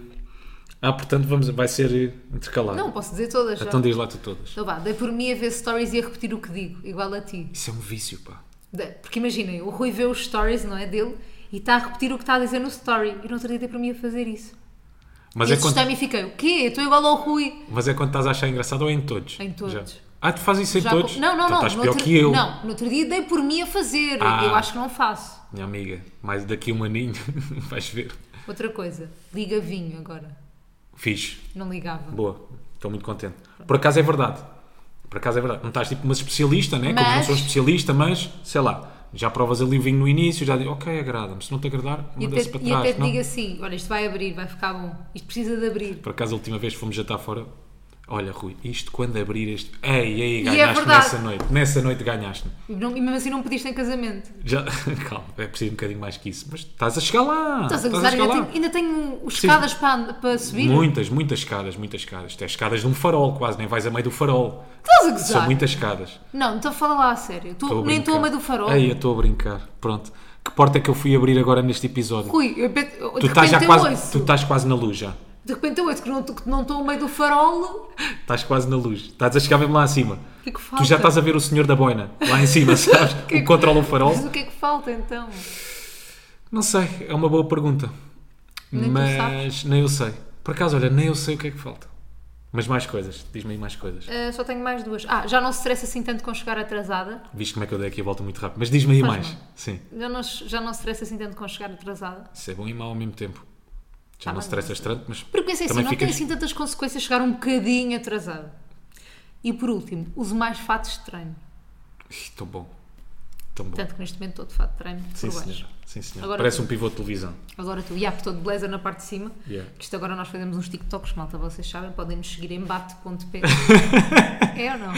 Speaker 2: Ah, portanto, vamos, vai ser intercalado.
Speaker 1: Não, posso dizer todas já.
Speaker 2: Então diz lá tu todas.
Speaker 1: Então vá, dei por mim a ver stories e a repetir o que digo, igual a ti.
Speaker 2: Isso é um vício, pá.
Speaker 1: Da- Porque imaginem, o Rui vê os stories, não é? Dele e está a repetir o que está a dizer no story. E não teria para mim a fazer isso.
Speaker 2: Mas
Speaker 1: e
Speaker 2: é, quando,
Speaker 1: assustei-me e fiquei, o quê? Eu Estou igual ao Rui.
Speaker 2: mas é quando estás a achar engraçado ou é em todos?
Speaker 1: Em todos.
Speaker 2: Ah, tu fazes isso em
Speaker 1: Já
Speaker 2: todos?
Speaker 1: com- Não, não,
Speaker 2: então
Speaker 1: não.
Speaker 2: Estás
Speaker 1: no
Speaker 2: pior
Speaker 1: outro-
Speaker 2: que eu.
Speaker 1: Não, no outro dia dei por mim a fazer.
Speaker 2: Ah.
Speaker 1: Eu acho que não faço.
Speaker 2: Minha amiga, mais daqui um aninho vais ver.
Speaker 1: Outra coisa, liga vinho agora.
Speaker 2: Fiz.
Speaker 1: Não ligava.
Speaker 2: Boa. Estou muito contente. Por acaso é verdade. Por acaso é verdade. Não estás tipo uma especialista, né? Como
Speaker 1: Mas-
Speaker 2: não sou especialista, mas sei lá. Já provas ali o vinho no início, já digo, ok, agrada-me. Se não te agradar,
Speaker 1: E
Speaker 2: manda-se
Speaker 1: até,
Speaker 2: para
Speaker 1: e até
Speaker 2: trás.
Speaker 1: te
Speaker 2: Não?
Speaker 1: digo assim: olha, isto vai abrir, vai ficar bom. Isto precisa de abrir.
Speaker 2: Por acaso a última vez que fomos jantar fora. Olha, Rui, isto quando abrir este. Ei, ei,
Speaker 1: é
Speaker 2: ganhaste
Speaker 1: verdade.
Speaker 2: nessa noite. Nessa noite ganhaste.
Speaker 1: E não- e mesmo assim não me pediste em casamento.
Speaker 2: Já, calma, é preciso um bocadinho mais que isso. Mas estás a chegar lá.
Speaker 1: Estás a
Speaker 2: estás
Speaker 1: gozar?
Speaker 2: chegar
Speaker 1: Ainda
Speaker 2: lá.
Speaker 1: tenho, ainda tenho escadas para, para subir?
Speaker 2: Muitas, muitas escadas, muitas escadas. Isto é escadas de um farol, quase, nem vais a meio do farol.
Speaker 1: Estás a
Speaker 2: São
Speaker 1: gozar?
Speaker 2: muitas escadas.
Speaker 1: Não, então fala lá a sério. Tu,
Speaker 2: Estou a
Speaker 1: nem estou a
Speaker 2: brincar. É
Speaker 1: meio do farol.
Speaker 2: Ei, eu estou a brincar. Pronto. Que porta é que eu fui abrir agora neste episódio?
Speaker 1: Rui, eu, pe- eu,
Speaker 2: tu
Speaker 1: de
Speaker 2: estás já
Speaker 1: repente eu
Speaker 2: quase, tá-
Speaker 1: ouço.
Speaker 2: tu estás quase na luz já.
Speaker 1: De repente eu ouço que não que não estou no meio do farol.
Speaker 2: Estás quase na luz. Estás a chegar mesmo lá acima.
Speaker 1: O que é que falta?
Speaker 2: Tu já estás a ver o senhor da boina lá em cima, sabes? O
Speaker 1: Que é
Speaker 2: que
Speaker 1: que-
Speaker 2: controla o farol.
Speaker 1: Mas o que é que falta então?
Speaker 2: Não sei, é uma boa pergunta.
Speaker 1: Nem tu
Speaker 2: Mas
Speaker 1: sabes.
Speaker 2: nem eu sei. Por acaso, olha, nem eu sei o que é que falta. Mas mais coisas, diz-me aí mais coisas.
Speaker 1: Ah, só tenho mais duas. Ah, já não se estressa assim tanto com chegar atrasada.
Speaker 2: Viste como é que eu dei aqui a volta muito rápido. Mas diz-me aí
Speaker 1: Faz
Speaker 2: mais.
Speaker 1: mal.
Speaker 2: Sim.
Speaker 1: Já não, já não se estressa assim tanto com chegar atrasada.
Speaker 2: Isso é bom e mau ao mesmo tempo. Já
Speaker 1: Ah,
Speaker 2: não
Speaker 1: mas
Speaker 2: se estressas tanto, mas.
Speaker 1: Porque pensei assim,
Speaker 2: também
Speaker 1: não
Speaker 2: ficas-
Speaker 1: tem assim tantas consequências chegar um bocadinho atrasado. E por último, uso mais fatos de treino.
Speaker 2: Ih, Tão bom. Tão bom.
Speaker 1: Tanto que neste momento estou de fato de treino
Speaker 2: Sim,
Speaker 1: por baixo.
Speaker 2: senhora. Sim, senhora.
Speaker 1: Agora
Speaker 2: Parece
Speaker 1: tu.
Speaker 2: um pivô de televisão.
Speaker 1: Agora tu, yeah, estou de blazer na parte de cima.
Speaker 2: Yeah.
Speaker 1: Que Isto agora nós fazemos uns TikToks, malta, vocês sabem, podem nos seguir em bate.p. é ou não?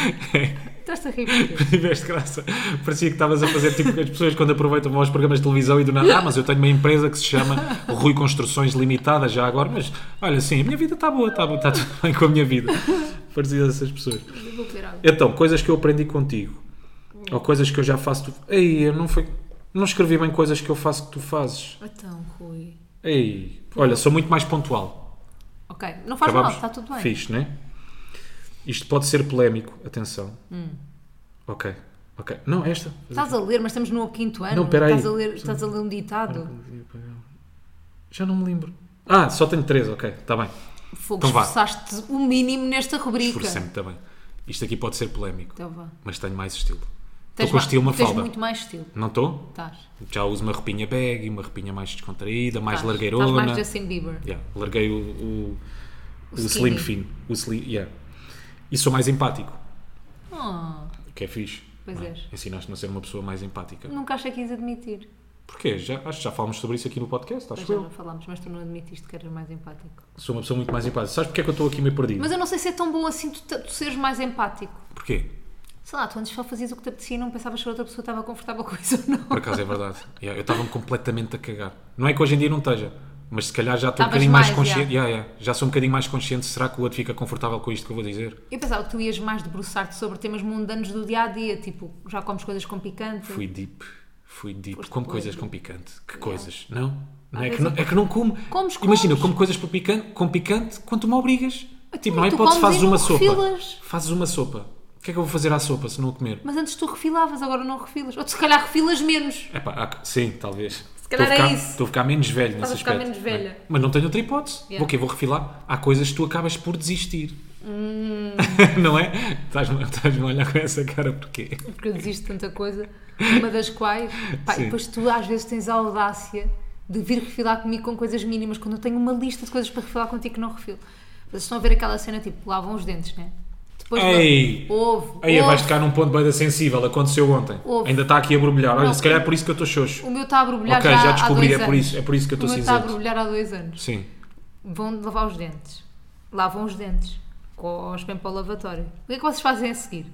Speaker 1: Estás-te a rir porquê?
Speaker 2: Tiveste graça. Parecia que estavas a fazer tipo as pessoas quando aproveitam vão aos programas de televisão e do nada. Ah, mas eu tenho uma empresa que se chama Rui Construções Limitada já agora. Mas olha, sim, a minha vida está boa, está boa, está tudo bem com a minha vida. Parecia essas pessoas.
Speaker 1: Eu Vou beber água.
Speaker 2: Então, coisas que eu aprendi contigo. Ou coisas que eu já faço. Tu... Ei, eu não foi. Não escrevi bem coisas que eu faço que tu fazes.
Speaker 1: Então, Rui.
Speaker 2: Ei, olha, sou muito mais pontual.
Speaker 1: Ok, não faz
Speaker 2: Acabámos?
Speaker 1: mal, está tudo bem.
Speaker 2: Fixe, né? Isto pode ser polémico, atenção.
Speaker 1: Hum.
Speaker 2: Ok, ok. Não, é esta.
Speaker 1: Estás a ler, mas estamos no quinto ano.
Speaker 2: Não, espera aí.
Speaker 1: Estás a ler, estás a ler um ditado.
Speaker 2: um- Já não me lembro. Ah, só tenho três, ok, está bem.
Speaker 1: Fogo,
Speaker 2: Então vá.
Speaker 1: esforçaste o mínimo nesta rubrica.
Speaker 2: Esforcei-me também. tá Isto aqui pode ser polémico,
Speaker 1: Então vá.
Speaker 2: mas tenho mais estilo. Estou
Speaker 1: Tens
Speaker 2: com
Speaker 1: ma-
Speaker 2: estilo uma
Speaker 1: tens
Speaker 2: falda.
Speaker 1: muito mais estilo.
Speaker 2: Não estou?
Speaker 1: Estás.
Speaker 2: Já uso uma roupinha bag, uma roupinha mais descontraída, mais
Speaker 1: Estás.
Speaker 2: largueirona.
Speaker 1: Estás mais Justin Bieber.
Speaker 2: Yeah, larguei o, o, o
Speaker 1: skinny.
Speaker 2: slim fino. O slim, yeah. E sou mais empático,
Speaker 1: Ah,
Speaker 2: o que é fixe.
Speaker 1: Pois
Speaker 2: não
Speaker 1: és.
Speaker 2: Ensinaste-me a ser uma pessoa mais empática.
Speaker 1: Oh, nunca achei que ias admitir.
Speaker 2: Porquê? Já, acho que já falámos sobre isso aqui no podcast,
Speaker 1: Mas
Speaker 2: acho
Speaker 1: já
Speaker 2: eu.
Speaker 1: não falámos, mas tu não admitiste que eras mais empático.
Speaker 2: Sou uma pessoa muito mais empática. Sabes porque é que eu estou aqui meio perdido?
Speaker 1: Mas eu não sei se é tão bom assim tu, te- tu seres mais empático.
Speaker 2: Porquê?
Speaker 1: Sei lá, tu antes só fazias o que te apetecia e não pensavas se a outra pessoa estava confortável com isso ou não.
Speaker 2: Por acaso é verdade. Yeah, eu estava-me completamente a cagar. Não é que hoje em dia não esteja, mas se calhar já estou um
Speaker 1: Estavas
Speaker 2: bocadinho mais,
Speaker 1: mais,
Speaker 2: consciente. Yeah, yeah. Já sou um bocadinho mais consciente. Será que o outro fica confortável com isto que eu vou dizer?
Speaker 1: Eu pensava que tu ias mais debruçar-te sobre temas mundanos do dia a dia, tipo, já comes coisas com picante.
Speaker 2: Fui deep. Fui deep.
Speaker 1: Foste
Speaker 2: como
Speaker 1: polémico.
Speaker 2: coisas com picante. Que coisas? Não? Não é,
Speaker 1: vezes
Speaker 2: que não, é que não como.
Speaker 1: Comes,
Speaker 2: Imagina, eu
Speaker 1: comes.
Speaker 2: como coisas com picante, com picante quando tu me obrigas. Tipo, não há
Speaker 1: tu comes
Speaker 2: hipótese, fazes
Speaker 1: e não
Speaker 2: uma sopa.
Speaker 1: refilas.
Speaker 2: Fazes uma sopa. O que é que eu vou fazer à sopa se não a comer?
Speaker 1: Mas antes tu refilavas, agora não refilas. Ou tu se calhar refilas menos.
Speaker 2: Epá, há- sim, talvez. Se
Speaker 1: calhar
Speaker 2: estou a
Speaker 1: é
Speaker 2: ficar,
Speaker 1: isso.
Speaker 2: Estou a ficar menos velho nesse
Speaker 1: Estás a
Speaker 2: aspecto.
Speaker 1: ficar menos
Speaker 2: não é?
Speaker 1: velha.
Speaker 2: Mas não tenho outra hipótese.
Speaker 1: Yeah.
Speaker 2: Vou, quê? vou refilar. Há coisas que tu acabas por desistir.
Speaker 1: Hum.
Speaker 2: não é? Estás-me estás-me a olhar com essa cara porquê?
Speaker 1: É Porque eu desisto de tanta coisa. Uma das quais. Pá,
Speaker 2: Sim.
Speaker 1: e depois tu às vezes tens a audácia de vir refilar comigo com coisas mínimas, quando eu tenho uma lista de coisas para refilar contigo que não refilo. Vocês estão a ver aquela cena tipo, lavam os dentes, né? Depois.
Speaker 2: Ei!
Speaker 1: Houve.
Speaker 2: Aí vais tocar num ponto bem sensível. Aconteceu ontem.
Speaker 1: Ouve.
Speaker 2: Ainda está aqui a borbulhar. Olha,
Speaker 1: Não,
Speaker 2: se calhar é por isso que eu estou xoxo.
Speaker 1: O meu está a borbulhar
Speaker 2: Ok,
Speaker 1: já,
Speaker 2: já
Speaker 1: há
Speaker 2: descobri,
Speaker 1: dois
Speaker 2: é por
Speaker 1: anos.
Speaker 2: isso- é por isso que eu estou
Speaker 1: O meu está a
Speaker 2: cinzento.
Speaker 1: borbulhar há dois anos.
Speaker 2: Sim.
Speaker 1: Vão lavar os dentes. Lavam os dentes. Com os bem para o lavatório. O que é que vocês fazem a seguir?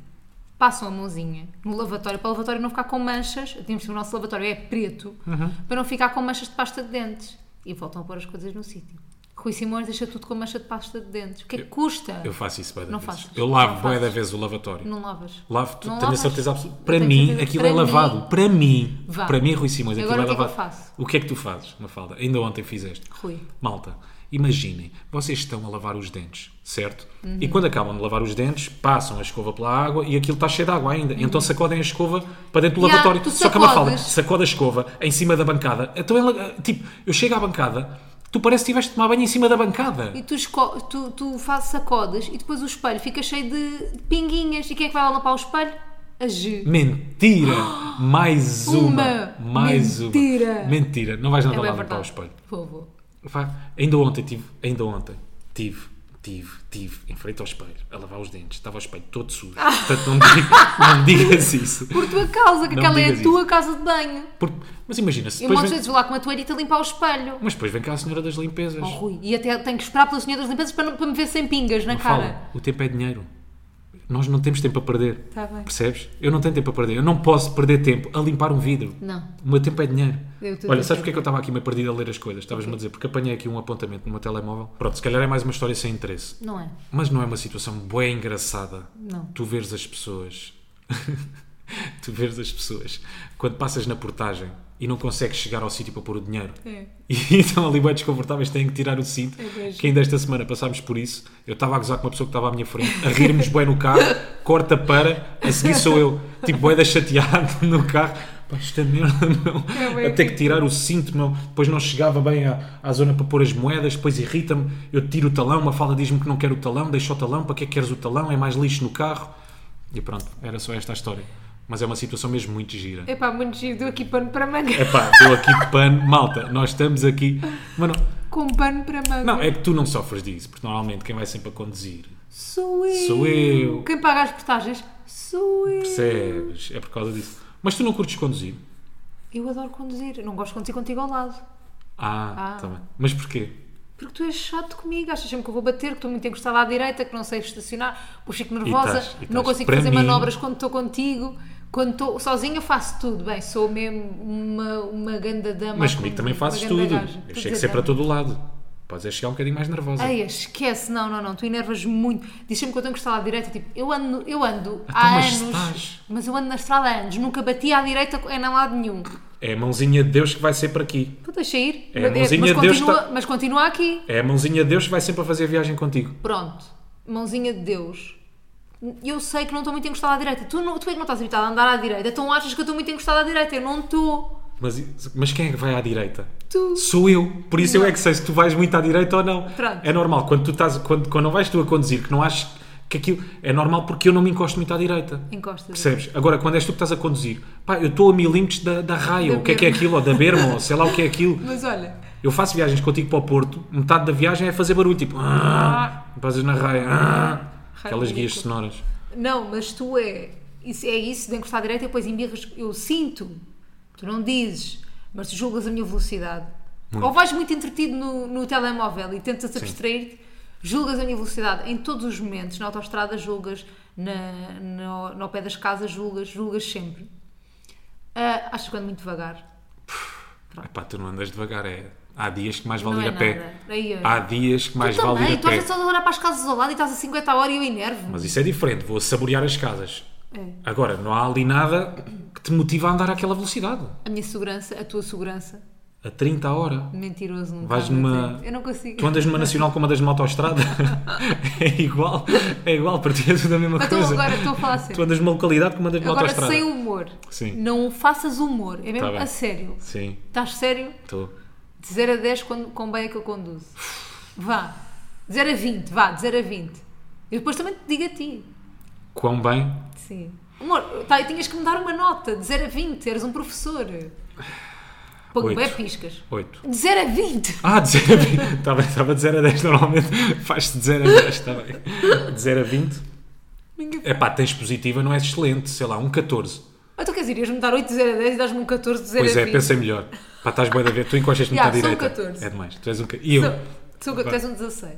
Speaker 1: Passam a mãozinha no lavatório para o lavatório não ficar com manchas. Temos que o nosso lavatório é preto
Speaker 2: Uhum.
Speaker 1: para não ficar com manchas de pasta de dentes. E voltam a pôr as coisas no sítio. Rui Simões deixa tudo com mancha de pasta de dentes. O que é que custa?
Speaker 2: Eu faço isso bem da
Speaker 1: Não
Speaker 2: vez.
Speaker 1: faças.
Speaker 2: Eu lavo
Speaker 1: Não
Speaker 2: bem da
Speaker 1: faças.
Speaker 2: vez o lavatório.
Speaker 1: Não lavas.
Speaker 2: Lavo, tu-
Speaker 1: Não
Speaker 2: tenho a
Speaker 1: lavas?
Speaker 2: certeza absoluta.
Speaker 1: Eu
Speaker 2: Para
Speaker 1: tenho
Speaker 2: mim,
Speaker 1: certeza-
Speaker 2: aquilo
Speaker 1: para
Speaker 2: é lavado.
Speaker 1: mim-
Speaker 2: Para mim,
Speaker 1: Vá.
Speaker 2: para mim, Rui Simões, aquilo
Speaker 1: Agora
Speaker 2: é
Speaker 1: o que é que eu
Speaker 2: lavado.
Speaker 1: faço?
Speaker 2: O que é que tu fazes, Mafalda? Ainda ontem fizeste.
Speaker 1: Rui.
Speaker 2: Malta, imaginem, vocês estão a lavar os dentes, certo? E quando acabam de lavar os dentes, passam a escova pela água e aquilo está cheio de água ainda. Então sacodem a escova para dentro do
Speaker 1: Ya,
Speaker 2: lavatório.
Speaker 1: tu
Speaker 2: Só que a Mafalda
Speaker 1: sacodes.
Speaker 2: sacode a escova em cima da bancada. Então, ela, tipo, eu chego à bancada, tu parece que tiveste de tomar banho em cima da bancada.
Speaker 1: E tu, esco- tu, tu fazes sacodas e depois o espelho fica cheio de pinguinhas. E quem é que vai lá limpar o espelho? A G.
Speaker 2: Mentira! Mais uma!
Speaker 1: Uma
Speaker 2: Mais
Speaker 1: mentira.
Speaker 2: uma! Mentira! Não vais nada
Speaker 1: É
Speaker 2: lá
Speaker 1: bem
Speaker 2: limpar o
Speaker 1: verdade.
Speaker 2: espelho.
Speaker 1: Vou, vou.
Speaker 2: Vá, ainda ontem tive, ainda ontem tive, tive, tive, em frente ao espelho, a lavar os dentes, estava o espelho todo sujo.
Speaker 1: Ah.
Speaker 2: Portanto, não, me diga- não me digas isso.
Speaker 1: Por tua causa, que
Speaker 2: Não
Speaker 1: aquela é
Speaker 2: digas
Speaker 1: a tua casa de banho.
Speaker 2: Porque- mas imagina, se
Speaker 1: Eu muitas
Speaker 2: depois
Speaker 1: vezes
Speaker 2: vem,
Speaker 1: vou lá com a toalhita limpar o espelho.
Speaker 2: mas depois vem cá a senhora das limpezas.
Speaker 1: Oh, Rui. E até tenho que esperar pela senhora das limpezas para, não- para me ver sem pingas na cara.
Speaker 2: Fala, o tempo é dinheiro. Nós não temos tempo a perder.
Speaker 1: Tá bem.
Speaker 2: Percebes? Eu não tenho tempo a perder. Eu não posso perder tempo a limpar um vidro.
Speaker 1: Não.
Speaker 2: O meu tempo é dinheiro.
Speaker 1: Eu tô-
Speaker 2: Olha,
Speaker 1: tô-
Speaker 2: sabes porque é que eu estava aqui meio perdido a ler as coisas? Estavas-me a dizer, porque apanhei aqui um apontamento no meu telemóvel. Pronto, se calhar é mais uma história sem interesse.
Speaker 1: Não é?
Speaker 2: Mas não é uma situação bem engraçada
Speaker 1: Não.
Speaker 2: tu veres as pessoas tu vês as pessoas quando passas na portagem e não consegues chegar ao sítio para pôr o dinheiro
Speaker 1: É.
Speaker 2: e estão ali bem desconfortáveis, têm que tirar o cinto.
Speaker 1: É mesmo.
Speaker 2: Que ainda esta semana passámos por isso. Eu estava a gozar com uma pessoa que estava à minha frente, a rirmos bem no carro, corta para, a seguir sou eu, tipo, bem da chateado no carro. Pá, esta merda, meu.
Speaker 1: bem
Speaker 2: Até que tirar o cinto, meu. Depois não chegava bem à, à zona para pôr as moedas, depois irrita-me. Eu tiro o talão, uma fala diz-me que não quero o talão, deixa o talão, para que é que queres o talão? É mais lixo no carro. E pronto, era só esta a história. Mas é uma situação mesmo muito gira.
Speaker 1: Epá, muito giro, deu aqui pano para manga.
Speaker 2: Epá, deu aqui de pano. Malta, nós estamos aqui. Mas não,
Speaker 1: Com pano para manga.
Speaker 2: É. não, é que tu não sofres disso, porque normalmente quem vai sempre a conduzir,
Speaker 1: Sou eu.
Speaker 2: Sou eu.
Speaker 1: Quem paga as portagens? Sou eu.
Speaker 2: percebes? É por causa disso. Mas tu não curtes conduzir?
Speaker 1: Eu adoro conduzir. Não gosto de conduzir contigo ao lado.
Speaker 2: Ah,
Speaker 1: Ah.
Speaker 2: está bem. Mas porquê?
Speaker 1: Porque tu és chato comigo, achas sempre que eu vou bater, que estou muito encostada à direita, que não sei estacionar, pois fico nervosa,
Speaker 2: E estás- e
Speaker 1: não
Speaker 2: estás.
Speaker 1: consigo
Speaker 2: Para
Speaker 1: fazer
Speaker 2: mim-
Speaker 1: manobras quando estou contigo. Quando estou sozinha faço tudo, bem, sou mesmo uma, uma ganda dama.
Speaker 2: Mas
Speaker 1: com-
Speaker 2: comigo também
Speaker 1: uma
Speaker 2: fazes
Speaker 1: ganda
Speaker 2: tudo.
Speaker 1: gaja.
Speaker 2: Eu
Speaker 1: Quer
Speaker 2: chego
Speaker 1: dizer,
Speaker 2: sempre a
Speaker 1: dama.
Speaker 2: todo o lado. Podes é chegar um bocadinho mais nervosa.
Speaker 1: Eia, esquece, não, não, não, tu enervas muito. diz sempre que eu estou encostada à direita, tipo, eu ando, eu ando
Speaker 2: Então,
Speaker 1: há
Speaker 2: mas
Speaker 1: anos,
Speaker 2: estás.
Speaker 1: mas eu ando na estrada há anos, nunca bati à direita em lado nenhum.
Speaker 2: É a mãozinha de Deus que vai sempre aqui.
Speaker 1: Então deixa ir,
Speaker 2: É, a
Speaker 1: mas,
Speaker 2: mãozinha
Speaker 1: mas
Speaker 2: de Deus
Speaker 1: continua,
Speaker 2: tá-
Speaker 1: mas continua aqui.
Speaker 2: É a mãozinha de Deus que vai sempre a fazer a viagem contigo.
Speaker 1: Pronto, mãozinha de Deus. Eu sei que não estou muito encostada à direita. Tu, não, tu é que não estás habituada a andar à direita, então achas que eu estou muito encostada à direita? Eu não estou.
Speaker 2: Mas, mas quem é que vai à direita?
Speaker 1: Tu.
Speaker 2: Sou eu. Por isso eu é que sei se tu vais muito à direita ou não.
Speaker 1: Pronto.
Speaker 2: É normal. Quando, tu estás, quando, quando não vais tu a conduzir, que não achas que aquilo. É normal porque eu não me encosto muito à direita.
Speaker 1: Encostas.
Speaker 2: Percebes? Agora, quando és tu que estás a conduzir, pá, eu estou a milímetros da, da raia,
Speaker 1: Da
Speaker 2: o que é que é
Speaker 1: berma.
Speaker 2: aquilo, ou da berma, ou sei lá o que é aquilo.
Speaker 1: Mas olha,
Speaker 2: Eu faço viagens contigo para o Porto, metade da viagem é fazer barulho, tipo, "Ah", passas na raia, "Ah", aquelas
Speaker 1: ridículo.
Speaker 2: guias sonoras.
Speaker 1: não, mas tu é isso, é isso de encostar à direita e depois embirras. Eu sinto, tu não dizes, mas tu julgas a minha velocidade.
Speaker 2: Hum.
Speaker 1: Ou vais muito entretido no, no telemóvel e tentas abstrair-te, julgas a minha velocidade em todos os momentos. Na autoestrada julgas, na, no, no pé das casas julgas, julgas sempre. Ah, acho que ando muito devagar.
Speaker 2: Epá, tu não andas devagar, é. Há dias que mais vale
Speaker 1: Não
Speaker 2: ir
Speaker 1: é
Speaker 2: a pé.
Speaker 1: nada. Aí, olha.
Speaker 2: Há dias que mais
Speaker 1: tu
Speaker 2: vale ir
Speaker 1: também,
Speaker 2: a
Speaker 1: tu
Speaker 2: pé.
Speaker 1: achas só de olhar para as casas ao lado e estás a 50 a hora e eu enervo.
Speaker 2: Mas isso é diferente, vou saborear as casas.
Speaker 1: É.
Speaker 2: Agora, não há ali nada que te motive a andar àquela velocidade.
Speaker 1: A minha segurança, a tua segurança,
Speaker 2: A 30 a hora.
Speaker 1: mentiroso nunca.
Speaker 2: Vais
Speaker 1: há muito
Speaker 2: numa-
Speaker 1: tempo. Eu não consigo.
Speaker 2: Tu andas numa nacional como andas numa autoestrada. é igual, é igual, para ti é tudo a mesma
Speaker 1: Mas
Speaker 2: coisa.
Speaker 1: então agora estou a falar assim.
Speaker 2: Tu andas numa localidade como andas numa
Speaker 1: Agora
Speaker 2: autoestrada.
Speaker 1: sem humor.
Speaker 2: Sim.
Speaker 1: Não faças humor. É mesmo
Speaker 2: Tá bem.
Speaker 1: a sério.
Speaker 2: Sim,
Speaker 1: Estás sério?
Speaker 2: estou.
Speaker 1: De 0 a 10, quando, quão bem é que eu conduzo? Vá. De 0 a 20, vá, de 0 a 20. Eu depois também te digo a ti.
Speaker 2: Quão bem?
Speaker 1: Sim. Amor, tá, e tinhas que me dar uma nota de 0 a 20, eras um professor. Pô,
Speaker 2: Oito.
Speaker 1: bem piscas.
Speaker 2: 8.
Speaker 1: De 0 a 20!
Speaker 2: Ah, de 0 a 20. Estava, estava de 0 a 10 normalmente. Faz-te de 0 a 10, está bem. De 0 a 20.
Speaker 1: Ninguém
Speaker 2: É pá, tens positiva, não és excelente. Sei lá, um 14.
Speaker 1: Ah, tu queres ir? Ias-me dar 8 de 0 a 10 e dás-me um 14 de 0
Speaker 2: Pois
Speaker 1: a
Speaker 2: é,
Speaker 1: 20.
Speaker 2: pensei melhor. Pá, estás boa da ver. Tu encostas muito
Speaker 1: Já,
Speaker 2: à
Speaker 1: sou um
Speaker 2: direita.
Speaker 1: 14.
Speaker 2: É demais. Tu és um. ca- E eu?
Speaker 1: Tu, tu, tu és um 16.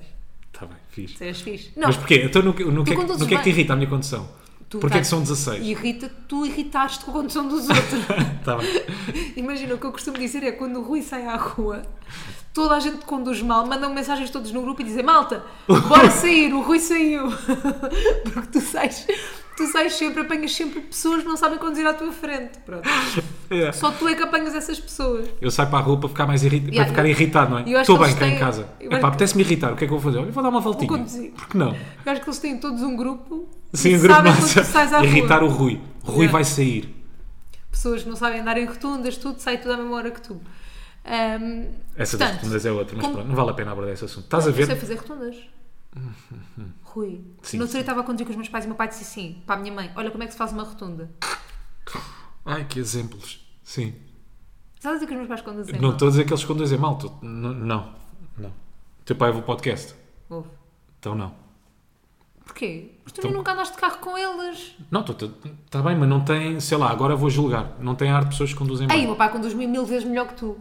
Speaker 2: Está bem, fiz.
Speaker 1: Tu és fixe. Não,
Speaker 2: Mas porquê? Então, no, que- no, que, é que-
Speaker 1: conduzes
Speaker 2: no que é que te
Speaker 1: bem.
Speaker 2: irrita a minha condução?
Speaker 1: tu
Speaker 2: Porquê é que
Speaker 1: estás-
Speaker 2: são 16?
Speaker 1: Irrita tu irritaste com a condução dos outros.
Speaker 2: Está Tá bem.
Speaker 1: Imagina, o que eu costumo dizer é quando o Rui sai à rua, toda a gente conduz mal, mandam mensagens todos no grupo e dizem malta, bora sair, o Rui saiu. Porque tu sais, tu sais sempre, apanhas sempre pessoas que não sabem conduzir à tua frente. Pronto.
Speaker 2: É.
Speaker 1: Só tu é que apanhas essas pessoas.
Speaker 2: Eu saio para a rua para ficar, mais irrit...
Speaker 1: Yeah,
Speaker 2: para ficar
Speaker 1: eu-
Speaker 2: irritado, não é?
Speaker 1: eu acho
Speaker 2: Estou
Speaker 1: que
Speaker 2: bem
Speaker 1: eles
Speaker 2: cá em
Speaker 1: têm-
Speaker 2: casa.
Speaker 1: eu
Speaker 2: Epá,
Speaker 1: acho que-
Speaker 2: apetece-me irritar. O que é que eu vou fazer? Olha, vou dar uma voltinha.
Speaker 1: conduzir.
Speaker 2: Porque não?
Speaker 1: Eu acho que eles têm todos um grupo
Speaker 2: Sim,
Speaker 1: e
Speaker 2: o grupo
Speaker 1: sabem
Speaker 2: nosso-
Speaker 1: quando tu sais à rua.
Speaker 2: Irritar o Rui. O Rui
Speaker 1: Yeah.
Speaker 2: vai sair.
Speaker 1: pessoas que não sabem andar em rotundas, tudo, sai tudo à mesma hora que tu. Ahm,
Speaker 2: Essa das
Speaker 1: portanto,
Speaker 2: rotundas é outra, mas
Speaker 1: como-
Speaker 2: pronto, não vale a pena abordar esse assunto. Estás a
Speaker 1: Eu sei
Speaker 2: ver?
Speaker 1: fazer rotundas. Rui,
Speaker 2: Sim,
Speaker 1: no outro
Speaker 2: sim.
Speaker 1: dia estava a conduzir com os meus pais e o meu pai disse assim para a minha mãe: Olha como é que se faz uma rotunda.
Speaker 2: Ai, que exemplos. Sim.
Speaker 1: Sabes o que os meus pais conduzem?
Speaker 2: não estou a dizer que eles conduzem mal. estou- Não, não. não. Teu pai ouve o podcast.
Speaker 1: Ouve.
Speaker 2: Então não.
Speaker 1: Porquê? Porque tu
Speaker 2: Então-
Speaker 1: nunca andaste de carro com eles.
Speaker 2: Não, está bem, mas não tem, sei lá, agora vou julgar. Não tem ar de pessoas que conduzem mal.
Speaker 1: Aí, o meu pai conduz-me mil vezes melhor que tu.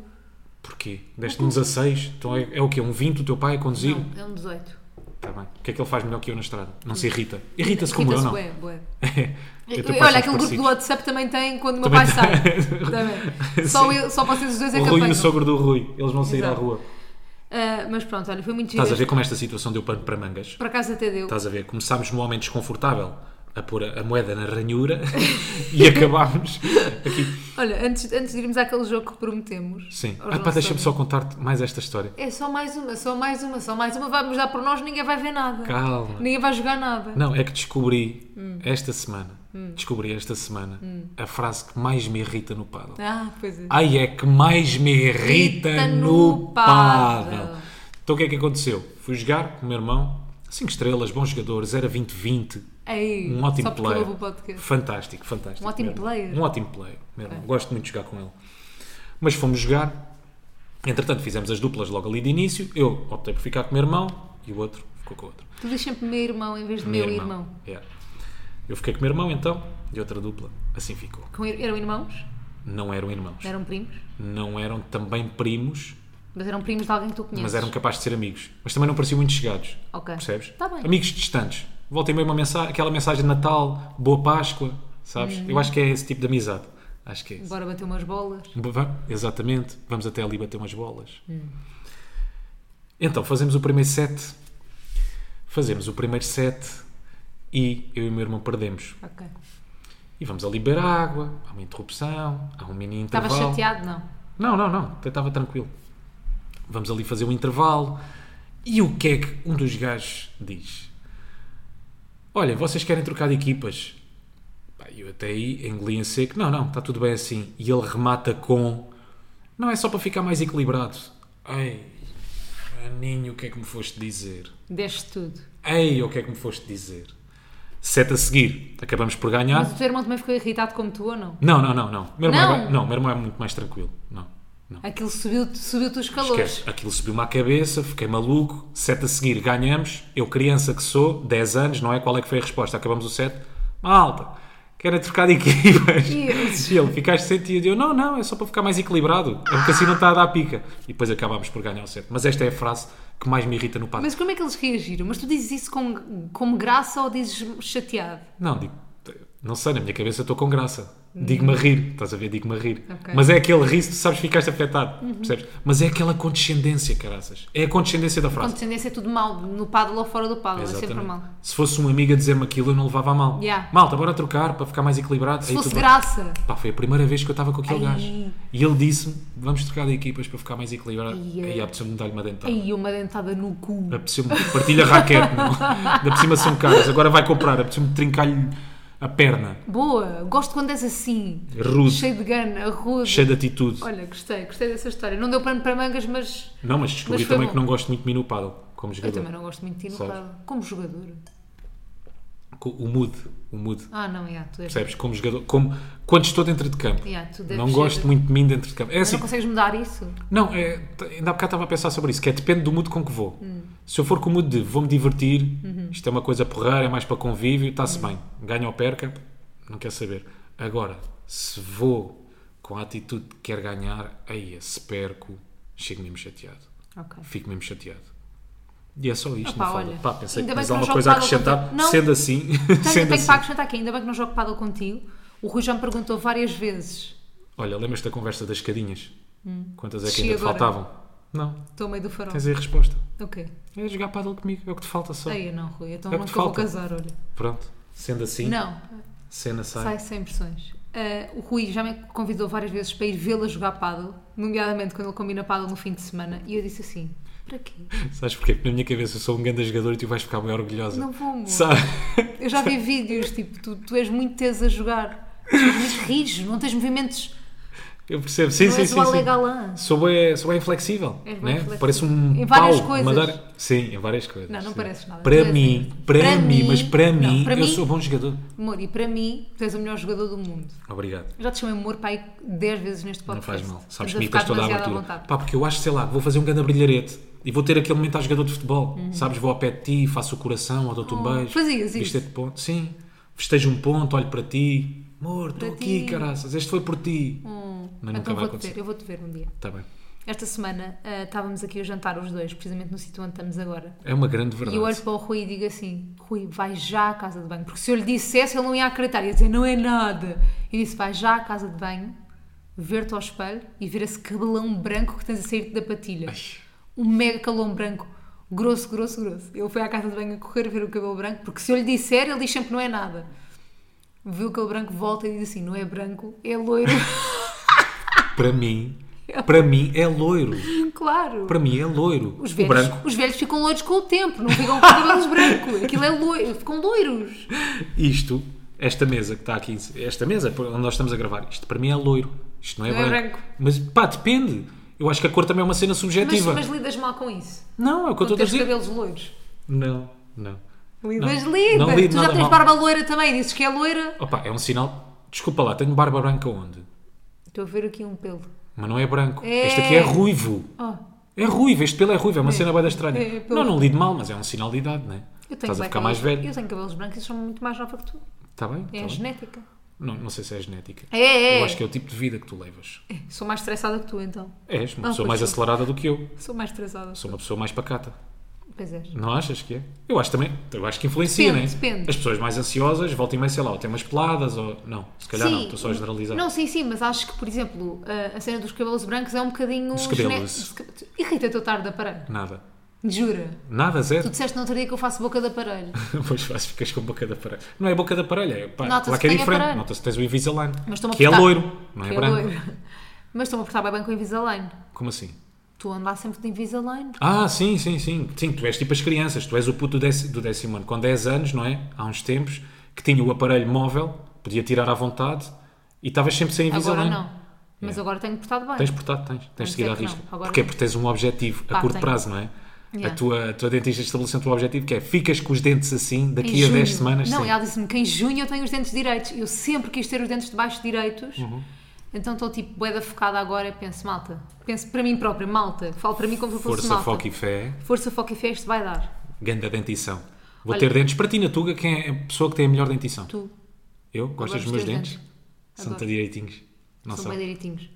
Speaker 2: Porquê? Deste-me um 16, então é, é o quê? Um 20 o teu pai a conduzir?
Speaker 1: Não, é um 18.
Speaker 2: Está bem. O que é que ele faz melhor que eu na estrada? Não se irrita. Irrita-se como eu,
Speaker 1: Irrita-se,
Speaker 2: não? É
Speaker 1: bué, bué.
Speaker 2: Eu e o teu pai
Speaker 1: Olha,
Speaker 2: somos
Speaker 1: aquele grupo do
Speaker 2: parecidos.
Speaker 1: WhatsApp também tem quando o meu pai
Speaker 2: Também
Speaker 1: sai.
Speaker 2: tem.
Speaker 1: Também. Só,
Speaker 2: Sim.
Speaker 1: eu, só vocês os dois é
Speaker 2: O
Speaker 1: que
Speaker 2: Rui e o
Speaker 1: apanham.
Speaker 2: sogro do Rui, eles vão sair
Speaker 1: Exato.
Speaker 2: à rua.
Speaker 1: Ah, mas pronto, olha, foi muito giro.
Speaker 2: Estás a ver como esta situação deu pano para mangas?
Speaker 1: Por acaso até deu.
Speaker 2: Estás a ver? Começámos num homem desconfortável a pôr a, a moeda na ranhura e acabámos aqui.
Speaker 1: Olha, antes, antes de irmos àquele jogo que prometemos.
Speaker 2: Sim.
Speaker 1: aos
Speaker 2: Ah, pá,
Speaker 1: nossos
Speaker 2: deixa-me só
Speaker 1: amigos.
Speaker 2: contar-te mais esta história.
Speaker 1: É só mais uma, só mais uma, só mais uma. Vamos dar por nós, ninguém vai ver nada.
Speaker 2: Calma.
Speaker 1: Ninguém Hum. vai jogar nada.
Speaker 2: Não, é que descobri esta semana,
Speaker 1: Hum.
Speaker 2: descobri esta semana a frase que mais me irrita no paddle.
Speaker 1: Ah, pois é.
Speaker 2: Ai, é que mais me irrita
Speaker 1: Irrita
Speaker 2: no
Speaker 1: no pádel.
Speaker 2: pádel. Então o que é que aconteceu? Fui jogar com o meu irmão, 5 estrelas, bom jogador, 0 a 20-20,
Speaker 1: Ei,
Speaker 2: um ótimo
Speaker 1: só porque
Speaker 2: player.
Speaker 1: ouve o podcast.
Speaker 2: Fantástico, fantástico.
Speaker 1: Um ótimo
Speaker 2: meu irmão.
Speaker 1: player.
Speaker 2: Um ótimo player, meu irmão. Gosto muito de jogar com ele. Mas fomos jogar, entretanto fizemos as duplas logo ali de início, eu optei por ficar com o meu irmão e o outro ficou com o outro.
Speaker 1: Tu diz sempre meu irmão em vez de meu, irmão.
Speaker 2: Yeah. Eu fiquei com o meu irmão então, e outra dupla, assim ficou.
Speaker 1: Com ir- eram irmãos?
Speaker 2: Não eram irmãos.
Speaker 1: Não eram primos?
Speaker 2: Não eram também primos,
Speaker 1: Mas eram primos de alguém que tu conheces.
Speaker 2: mas eram capazes de ser amigos. Mas também não pareciam muito chegados.
Speaker 1: Ok.
Speaker 2: Percebes?
Speaker 1: Tá bem.
Speaker 2: Amigos distantes. Voltem bem uma mensagem, aquela mensagem de Natal, Boa Páscoa, sabes?
Speaker 1: Hum.
Speaker 2: Eu acho que é esse tipo de amizade. Acho que é. esse.
Speaker 1: Bora bater umas bolas.
Speaker 2: Va- Exatamente. Vamos até ali bater umas bolas.
Speaker 1: Hum.
Speaker 2: Então, fazemos o primeiro set. Fazemos o primeiro set e eu e o meu irmão perdemos.
Speaker 1: Ok.
Speaker 2: E vamos a beber água, há uma interrupção, há um mini
Speaker 1: Estava
Speaker 2: intervalo.
Speaker 1: chateado, não?
Speaker 2: Não, não, não. Até estava tranquilo. Vamos ali fazer um intervalo. E o que é que um dos gajos diz? Olha, vocês querem trocar de equipas? Pá, eu até aí engoli em seco. Não, não, está tudo bem assim. E ele remata com... Não, é só para ficar mais equilibrado. Ai, Aninho, o que é que me foste dizer?
Speaker 1: Deste tudo.
Speaker 2: Ei, o que é que me foste dizer? Sete a seguir. Acabamos por ganhar.
Speaker 1: Mas o teu irmão também ficou irritado como tu ou não?
Speaker 2: Não, não, não, não. Meu irmão,
Speaker 1: Não?
Speaker 2: É, bem- não, meu irmão é muito mais tranquilo. Não, não.
Speaker 1: Aquilo subiu-te subiu os calores.
Speaker 2: Esquece, aquilo subiu-me à cabeça, fiquei maluco. Sete a seguir, ganhamos. Eu, criança que sou, 10 anos, não é? Qual é que foi a resposta? Acabamos o set. Malta, querem trocar de equipas.
Speaker 1: E eles?
Speaker 2: E ele, ficaste sentido. E eu, não, não, é só para ficar mais equilibrado. É porque assim não está a dar pica. E depois acabámos por ganhar o set. Mas esta é a frase que mais me irrita no parque.
Speaker 1: Mas como é que eles reagiram? Mas tu dizes isso com, como graça ou dizes chateado?
Speaker 2: Não, digo, não sei, na minha cabeça estou com graça. Digo-me a rir, estás a ver? Digo-me a rir.
Speaker 1: Ok.
Speaker 2: Mas é aquele riso, tu sabes, que ficaste afetado, percebes? Mas é aquela condescendência, caraças. É a condescendência da frase.
Speaker 1: Condescendência é tudo mal, no paddle ou fora do paddle, é sempre
Speaker 2: Exatamente.
Speaker 1: mal.
Speaker 2: Se fosse um amigo a dizer-me aquilo, eu não levava a mal.
Speaker 1: Yeah.
Speaker 2: Malta, bora trocar para ficar mais equilibrado.
Speaker 1: Se fosse
Speaker 2: tudo bem.
Speaker 1: graça.
Speaker 2: Pá, foi a primeira vez que eu estava com aquele
Speaker 1: Ai.
Speaker 2: gajo. E ele disse-me: vamos trocar de equipas para ficar mais equilibrado.
Speaker 1: Ai,
Speaker 2: Aí
Speaker 1: é.
Speaker 2: apeteceu-me dar-lhe uma dentada.
Speaker 1: Aí uma dentada no cu.
Speaker 2: Apeteceu-me. Partilha raquete, não. Da por cima são caras. Agora vai comprar. Apeteceu-me trincar-lhe a perna.
Speaker 1: Boa, gosto quando és assim.
Speaker 2: Rude.
Speaker 1: Cheio de gana, rude.
Speaker 2: Cheio de É atitude.
Speaker 1: Olha, gostei, gostei dessa história. Não deu pano para mangas, mas
Speaker 2: Não, mas descobri
Speaker 1: Mas foi
Speaker 2: também
Speaker 1: bom.
Speaker 2: que não gosto muito de mim no paddle, como
Speaker 1: eu
Speaker 2: jogador.
Speaker 1: também não gosto muito de ti no
Speaker 2: Sabes?
Speaker 1: paddle. Como jogador.
Speaker 2: Co- O mood, o mood.
Speaker 1: Ah, não, yeah, tu és.
Speaker 2: Percebes? Como jogador, como quando estou dentro de campo.
Speaker 1: Yeah, é tu deves
Speaker 2: não
Speaker 1: ser-
Speaker 2: gosto muito de mim dentro de campo. É
Speaker 1: Mas
Speaker 2: assim,
Speaker 1: Não consegues mudar isso?
Speaker 2: Não, é, t- ainda há bocado estava a pensar sobre isso, que é depende do mood com que vou.
Speaker 1: Hum.
Speaker 2: Se eu for com o mood de vou-me divertir,
Speaker 1: Uhum.
Speaker 2: isto é uma coisa porreira, é mais para convívio, está-se bem. Ganho ou perca, não quer saber. Agora, se vou com a atitude de quero ganhar, aí é, se perco, chego mesmo chateado.
Speaker 1: Ok.
Speaker 2: Fico mesmo chateado. E é só isto,
Speaker 1: Opá,
Speaker 2: não fala.
Speaker 1: olha,
Speaker 2: Pá, pensei
Speaker 1: ainda bem
Speaker 2: que tens
Speaker 1: que não
Speaker 2: alguma
Speaker 1: jogo
Speaker 2: coisa a
Speaker 1: paddle
Speaker 2: acrescentar,
Speaker 1: contigo. Não.
Speaker 2: sendo assim.
Speaker 1: Tenho,
Speaker 2: sendo
Speaker 1: tenho
Speaker 2: assim.
Speaker 1: que acrescentar aqui, ainda bem que não jogo paddle contigo. O Rui já me perguntou várias vezes.
Speaker 2: Olha, lembras-te da conversa das escadinhas? Quantas é que
Speaker 1: Desci
Speaker 2: ainda te
Speaker 1: Hum. agora. Oh.
Speaker 2: faltavam? Não,
Speaker 1: Estou a meio do farol.
Speaker 2: tens aí a resposta.
Speaker 1: Ok.
Speaker 2: É jogar paddle comigo, é o que te falta só.
Speaker 1: Aí não, Rui. Então
Speaker 2: É o que
Speaker 1: nunca
Speaker 2: te
Speaker 1: vou
Speaker 2: falta.
Speaker 1: casar, olha.
Speaker 2: Pronto. Sendo assim,
Speaker 1: Não,
Speaker 2: cena sai.
Speaker 1: sai sem pressões. Ah, o Rui já me convidou várias vezes para ir vê-la jogar paddle, nomeadamente quando ele combina paddle no fim de semana, e eu disse assim: para quê?
Speaker 2: Sabes porquê? Porque na minha cabeça eu sou um grande jogador e tu vais ficar bem orgulhosa.
Speaker 1: Não vou, amor.
Speaker 2: Sabe?
Speaker 1: Eu já vi vídeos, tipo, tu, tu és muito teso a jogar, tu és muito rijo, não tens movimentos,
Speaker 2: Eu percebo. Sim,
Speaker 1: não
Speaker 2: sim,
Speaker 1: és
Speaker 2: sim.
Speaker 1: o Ale
Speaker 2: sim.
Speaker 1: Galã.
Speaker 2: Sou bem, sou bem flexível,
Speaker 1: És bem
Speaker 2: né?
Speaker 1: flexível.
Speaker 2: Parece um
Speaker 1: Em várias
Speaker 2: pau,
Speaker 1: coisas.
Speaker 2: madeira. Sim, em várias coisas.
Speaker 1: Não, não
Speaker 2: sim.
Speaker 1: pareces nada. Tu
Speaker 2: Para
Speaker 1: és
Speaker 2: mim,
Speaker 1: mesmo.
Speaker 2: para,
Speaker 1: Para
Speaker 2: mim,
Speaker 1: mim-
Speaker 2: mas para
Speaker 1: Não,
Speaker 2: mim,
Speaker 1: para
Speaker 2: eu
Speaker 1: mim-
Speaker 2: sou bom jogador.
Speaker 1: Amor, e para mim, tu és o melhor jogador do mundo.
Speaker 2: Obrigado.
Speaker 1: Eu já te chamei amor para aí 10 vezes neste
Speaker 2: Não
Speaker 1: podcast.
Speaker 2: faz mal. Sabes
Speaker 1: Estamos
Speaker 2: que
Speaker 1: a
Speaker 2: me
Speaker 1: ficar
Speaker 2: toda a
Speaker 1: demasiado à
Speaker 2: abertura.
Speaker 1: vontade.
Speaker 2: Pá, porque eu acho, sei lá, que vou fazer um grande brilharete e vou ter aquele momento a jogador de futebol. Sabes, vou ao pé de ti, faço o coração, ou dou-te um
Speaker 1: Uhum. Oh,
Speaker 2: beijo.
Speaker 1: fazias isso?
Speaker 2: Viste-te ponto. Sim. Festejo um ponto, olho para ti. Amor, estou
Speaker 1: Para
Speaker 2: aqui,
Speaker 1: ti.
Speaker 2: caraças. Este foi por ti.
Speaker 1: Hum,
Speaker 2: Mas nunca
Speaker 1: então
Speaker 2: vai
Speaker 1: vou-te
Speaker 2: acontecer.
Speaker 1: ver, eu vou-te ver um dia.
Speaker 2: Está bem.
Speaker 1: Esta semana ah, estávamos aqui a jantar os dois, precisamente no sítio onde estamos agora.
Speaker 2: É uma grande
Speaker 1: E
Speaker 2: verdade.
Speaker 1: eu olho para o Rui e digo assim: Rui, vai já à casa de banho. Porque se eu lhe dissesse, ele não ia acreditar, ia dizer: não é nada. E disse: vai já à casa de banho, ver-te ao espelho e ver esse cabelão branco que tens a sair da patilha.
Speaker 2: Ai.
Speaker 1: Um mega calão branco, grosso, grosso, grosso. Ele foi à casa de banho a correr ver o cabelo branco, porque se eu lhe disser, ele diz sempre: não é nada. viu aquele branco, volta e diz assim: não é branco, é loiro.
Speaker 2: Para mim, para mim é loiro.
Speaker 1: claro.
Speaker 2: Para mim é loiro.
Speaker 1: Os
Speaker 2: o
Speaker 1: velhos,
Speaker 2: branco.
Speaker 1: os velhos ficam loiros com o tempo, não ficam com cabelos brancos. Aquilo é loiro, ficam loiros.
Speaker 2: Isto, esta mesa que está aqui, esta mesa por onde nós estamos a gravar, isto para mim é loiro. Isto não é,
Speaker 1: Não é
Speaker 2: branco.
Speaker 1: branco.
Speaker 2: Mas pá, depende. Eu acho que a cor também é uma cena
Speaker 1: Mas,
Speaker 2: subjetiva.
Speaker 1: mas lidas mal com isso.
Speaker 2: Não, é o que eu
Speaker 1: Quando
Speaker 2: estou a
Speaker 1: tens
Speaker 2: dizer.
Speaker 1: cabelos loiros.
Speaker 2: Não, não.
Speaker 1: Lidas,
Speaker 2: Não,
Speaker 1: lidas.
Speaker 2: não lido
Speaker 1: tu já
Speaker 2: nada
Speaker 1: tens
Speaker 2: mal.
Speaker 1: barba loira também, dizes que é loira.
Speaker 2: Opa, é um sinal. Desculpa lá, tenho barba branca onde?
Speaker 1: Estou a ver aqui um pelo.
Speaker 2: Mas não é branco.
Speaker 1: É.
Speaker 2: Este aqui é ruivo.
Speaker 1: Oh,
Speaker 2: É ruivo, este pelo é ruivo, é uma cena bem estranha.
Speaker 1: É, pelo-
Speaker 2: Não, não lido mal, mas é um sinal de idade, não é?
Speaker 1: eu tenho
Speaker 2: Estás a
Speaker 1: bem
Speaker 2: ficar
Speaker 1: cabelos-
Speaker 2: mais velho.
Speaker 1: Eu tenho cabelos brancos e sou muito mais nova que tu.
Speaker 2: Está bem?
Speaker 1: É
Speaker 2: tá
Speaker 1: a
Speaker 2: bem.
Speaker 1: genética.
Speaker 2: Não, não sei se é genética.
Speaker 1: É, é, é.
Speaker 2: Eu acho que é o tipo de vida que tu levas.
Speaker 1: Sou mais estressada que tu, então.
Speaker 2: És uma
Speaker 1: Ah,
Speaker 2: pessoa
Speaker 1: pois
Speaker 2: mais
Speaker 1: sou.
Speaker 2: acelerada do que eu.
Speaker 1: Sou mais estressada.
Speaker 2: Sou uma pessoa mais pacata.
Speaker 1: Pois és.
Speaker 2: Não achas que é? Eu acho também. Eu acho que influencia,
Speaker 1: Depende,
Speaker 2: né?
Speaker 1: depende.
Speaker 2: As pessoas mais ansiosas voltam mais, sei lá, ou têm umas peladas ou. Não, se calhar não,
Speaker 1: Sim.
Speaker 2: estou só a generalizar.
Speaker 1: Não, sim, sim, mas acho que, por exemplo, a- a cena dos cabelos brancos é um bocadinho.
Speaker 2: Dos cabelos.
Speaker 1: gene- Irrita-te eu tarde de aparelho.
Speaker 2: Nada.
Speaker 1: Jura.
Speaker 2: Nada,
Speaker 1: Tu
Speaker 2: zero.
Speaker 1: disseste no outro dia que eu faço boca de aparelho.
Speaker 2: pois faz, ficas com boca de aparelho. Não é boca de aparelho, é pá,
Speaker 1: Nota-se
Speaker 2: claro que é
Speaker 1: que tem
Speaker 2: diferente.
Speaker 1: aparelho.
Speaker 2: Nota-se que tens o Invisalign.
Speaker 1: Mas estou-me a
Speaker 2: que é
Speaker 1: portar-
Speaker 2: loiro, não é
Speaker 1: que
Speaker 2: branco.
Speaker 1: loiro. Mas estou-me a portar bem, bem com o Invisalign.
Speaker 2: Como assim?
Speaker 1: Tu andas sempre de Invisalign.
Speaker 2: Ah, sim, sim, sim. Sim, tu és tipo as crianças. Tu és o puto do décimo, do décimo ano. Com 10 anos, não é? Há uns tempos, que tinha o aparelho móvel, podia tirar à vontade e estavas sempre sem
Speaker 1: Agora
Speaker 2: Invisalign.
Speaker 1: não. Mas
Speaker 2: Yeah.
Speaker 1: agora tenho portado bem.
Speaker 2: É. Tens portado, tens. Tens
Speaker 1: Antes
Speaker 2: de seguir
Speaker 1: é
Speaker 2: à
Speaker 1: que não,
Speaker 2: risca.
Speaker 1: agora
Speaker 2: Porque é
Speaker 1: não.
Speaker 2: porque tens um objetivo a
Speaker 1: Pá,
Speaker 2: curto
Speaker 1: tenho.
Speaker 2: prazo, não é? A,
Speaker 1: Yeah.
Speaker 2: tua, a tua dentista estabeleceu o teu objetivo que é ficas com os dentes assim
Speaker 1: Em
Speaker 2: daqui a
Speaker 1: junho.
Speaker 2: 10 semanas.
Speaker 1: Não,
Speaker 2: sim.
Speaker 1: ela disse-me que em junho eu tenho os dentes direitos. Eu sempre quis ter os dentes de baixo direitos.
Speaker 2: Uhum.
Speaker 1: Então estou tipo boeda focada agora e penso, malta. Penso para mim própria, malta. Falo para mim como se eu fosse
Speaker 2: Força,
Speaker 1: malta.
Speaker 2: foco e fé.
Speaker 1: Força, foco e fé, isto vai dar.
Speaker 2: Ganda dentição. Vou
Speaker 1: Olha-
Speaker 2: ter dentes. Para ti, na Tuga, quem é a pessoa que tem a melhor dentição?
Speaker 1: Tu,
Speaker 2: Eu? Gosto
Speaker 1: Adoro
Speaker 2: dos
Speaker 1: os
Speaker 2: meus
Speaker 1: teus
Speaker 2: dentes?
Speaker 1: dentes.
Speaker 2: São tão
Speaker 1: Adoro.
Speaker 2: direitinhos. Não
Speaker 1: são bem
Speaker 2: sei.
Speaker 1: direitinhos.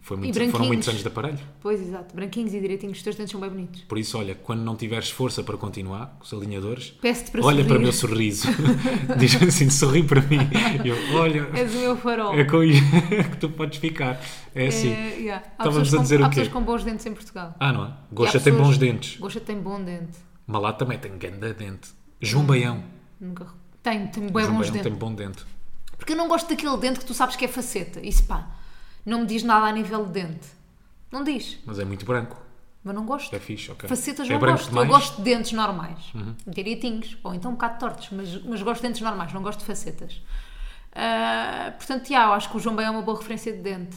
Speaker 2: Foi
Speaker 1: E
Speaker 2: muito, foram muitos
Speaker 1: branquinhos.
Speaker 2: anos de aparelho.
Speaker 1: Pois, exato. Branquinhos e direitinhos. Os teus dentes são bem bonitos.
Speaker 2: Por isso, olha, quando não tiveres força para continuar com os alinhadores,
Speaker 1: Peço-te para
Speaker 2: olha
Speaker 1: sorrir.
Speaker 2: para o meu sorriso. Diz assim, sorri para mim. Eu, olha,
Speaker 1: És o meu farol.
Speaker 2: é com isto que tu podes ficar. É assim.
Speaker 1: É, yeah. Há
Speaker 2: Estávamos
Speaker 1: pessoas
Speaker 2: a
Speaker 1: com-
Speaker 2: dizer o
Speaker 1: Há
Speaker 2: quê?
Speaker 1: pessoas com bons dentes em Portugal.
Speaker 2: Ah, não é?
Speaker 1: E há
Speaker 2: Gosta tem
Speaker 1: pessoas-
Speaker 2: bons dentes.
Speaker 1: Gosta tem bom dente.
Speaker 2: Malá também tem ganda dente. João Baião.
Speaker 1: Nunca... Tenho, tenho bem
Speaker 2: João
Speaker 1: Hum. bons
Speaker 2: Baião
Speaker 1: dentes.
Speaker 2: tem bom dente.
Speaker 1: Porque eu não gosto daquele dente que tu sabes que é faceta. Isso pá, não me diz nada a nível de dente. Não diz,
Speaker 2: Mas é muito branco.
Speaker 1: mas não gosto.
Speaker 2: É fixe, ok.
Speaker 1: Facetas
Speaker 2: é
Speaker 1: não
Speaker 2: branco
Speaker 1: gosto.
Speaker 2: demais? Uhum.
Speaker 1: Eu gosto de dentes normais, direitinhos, ou então um bocado tortos, mas, mas gosto de dentes normais, não gosto de facetas. Ah, portanto, já, eu acho que o João Bem é uma boa referência de dente.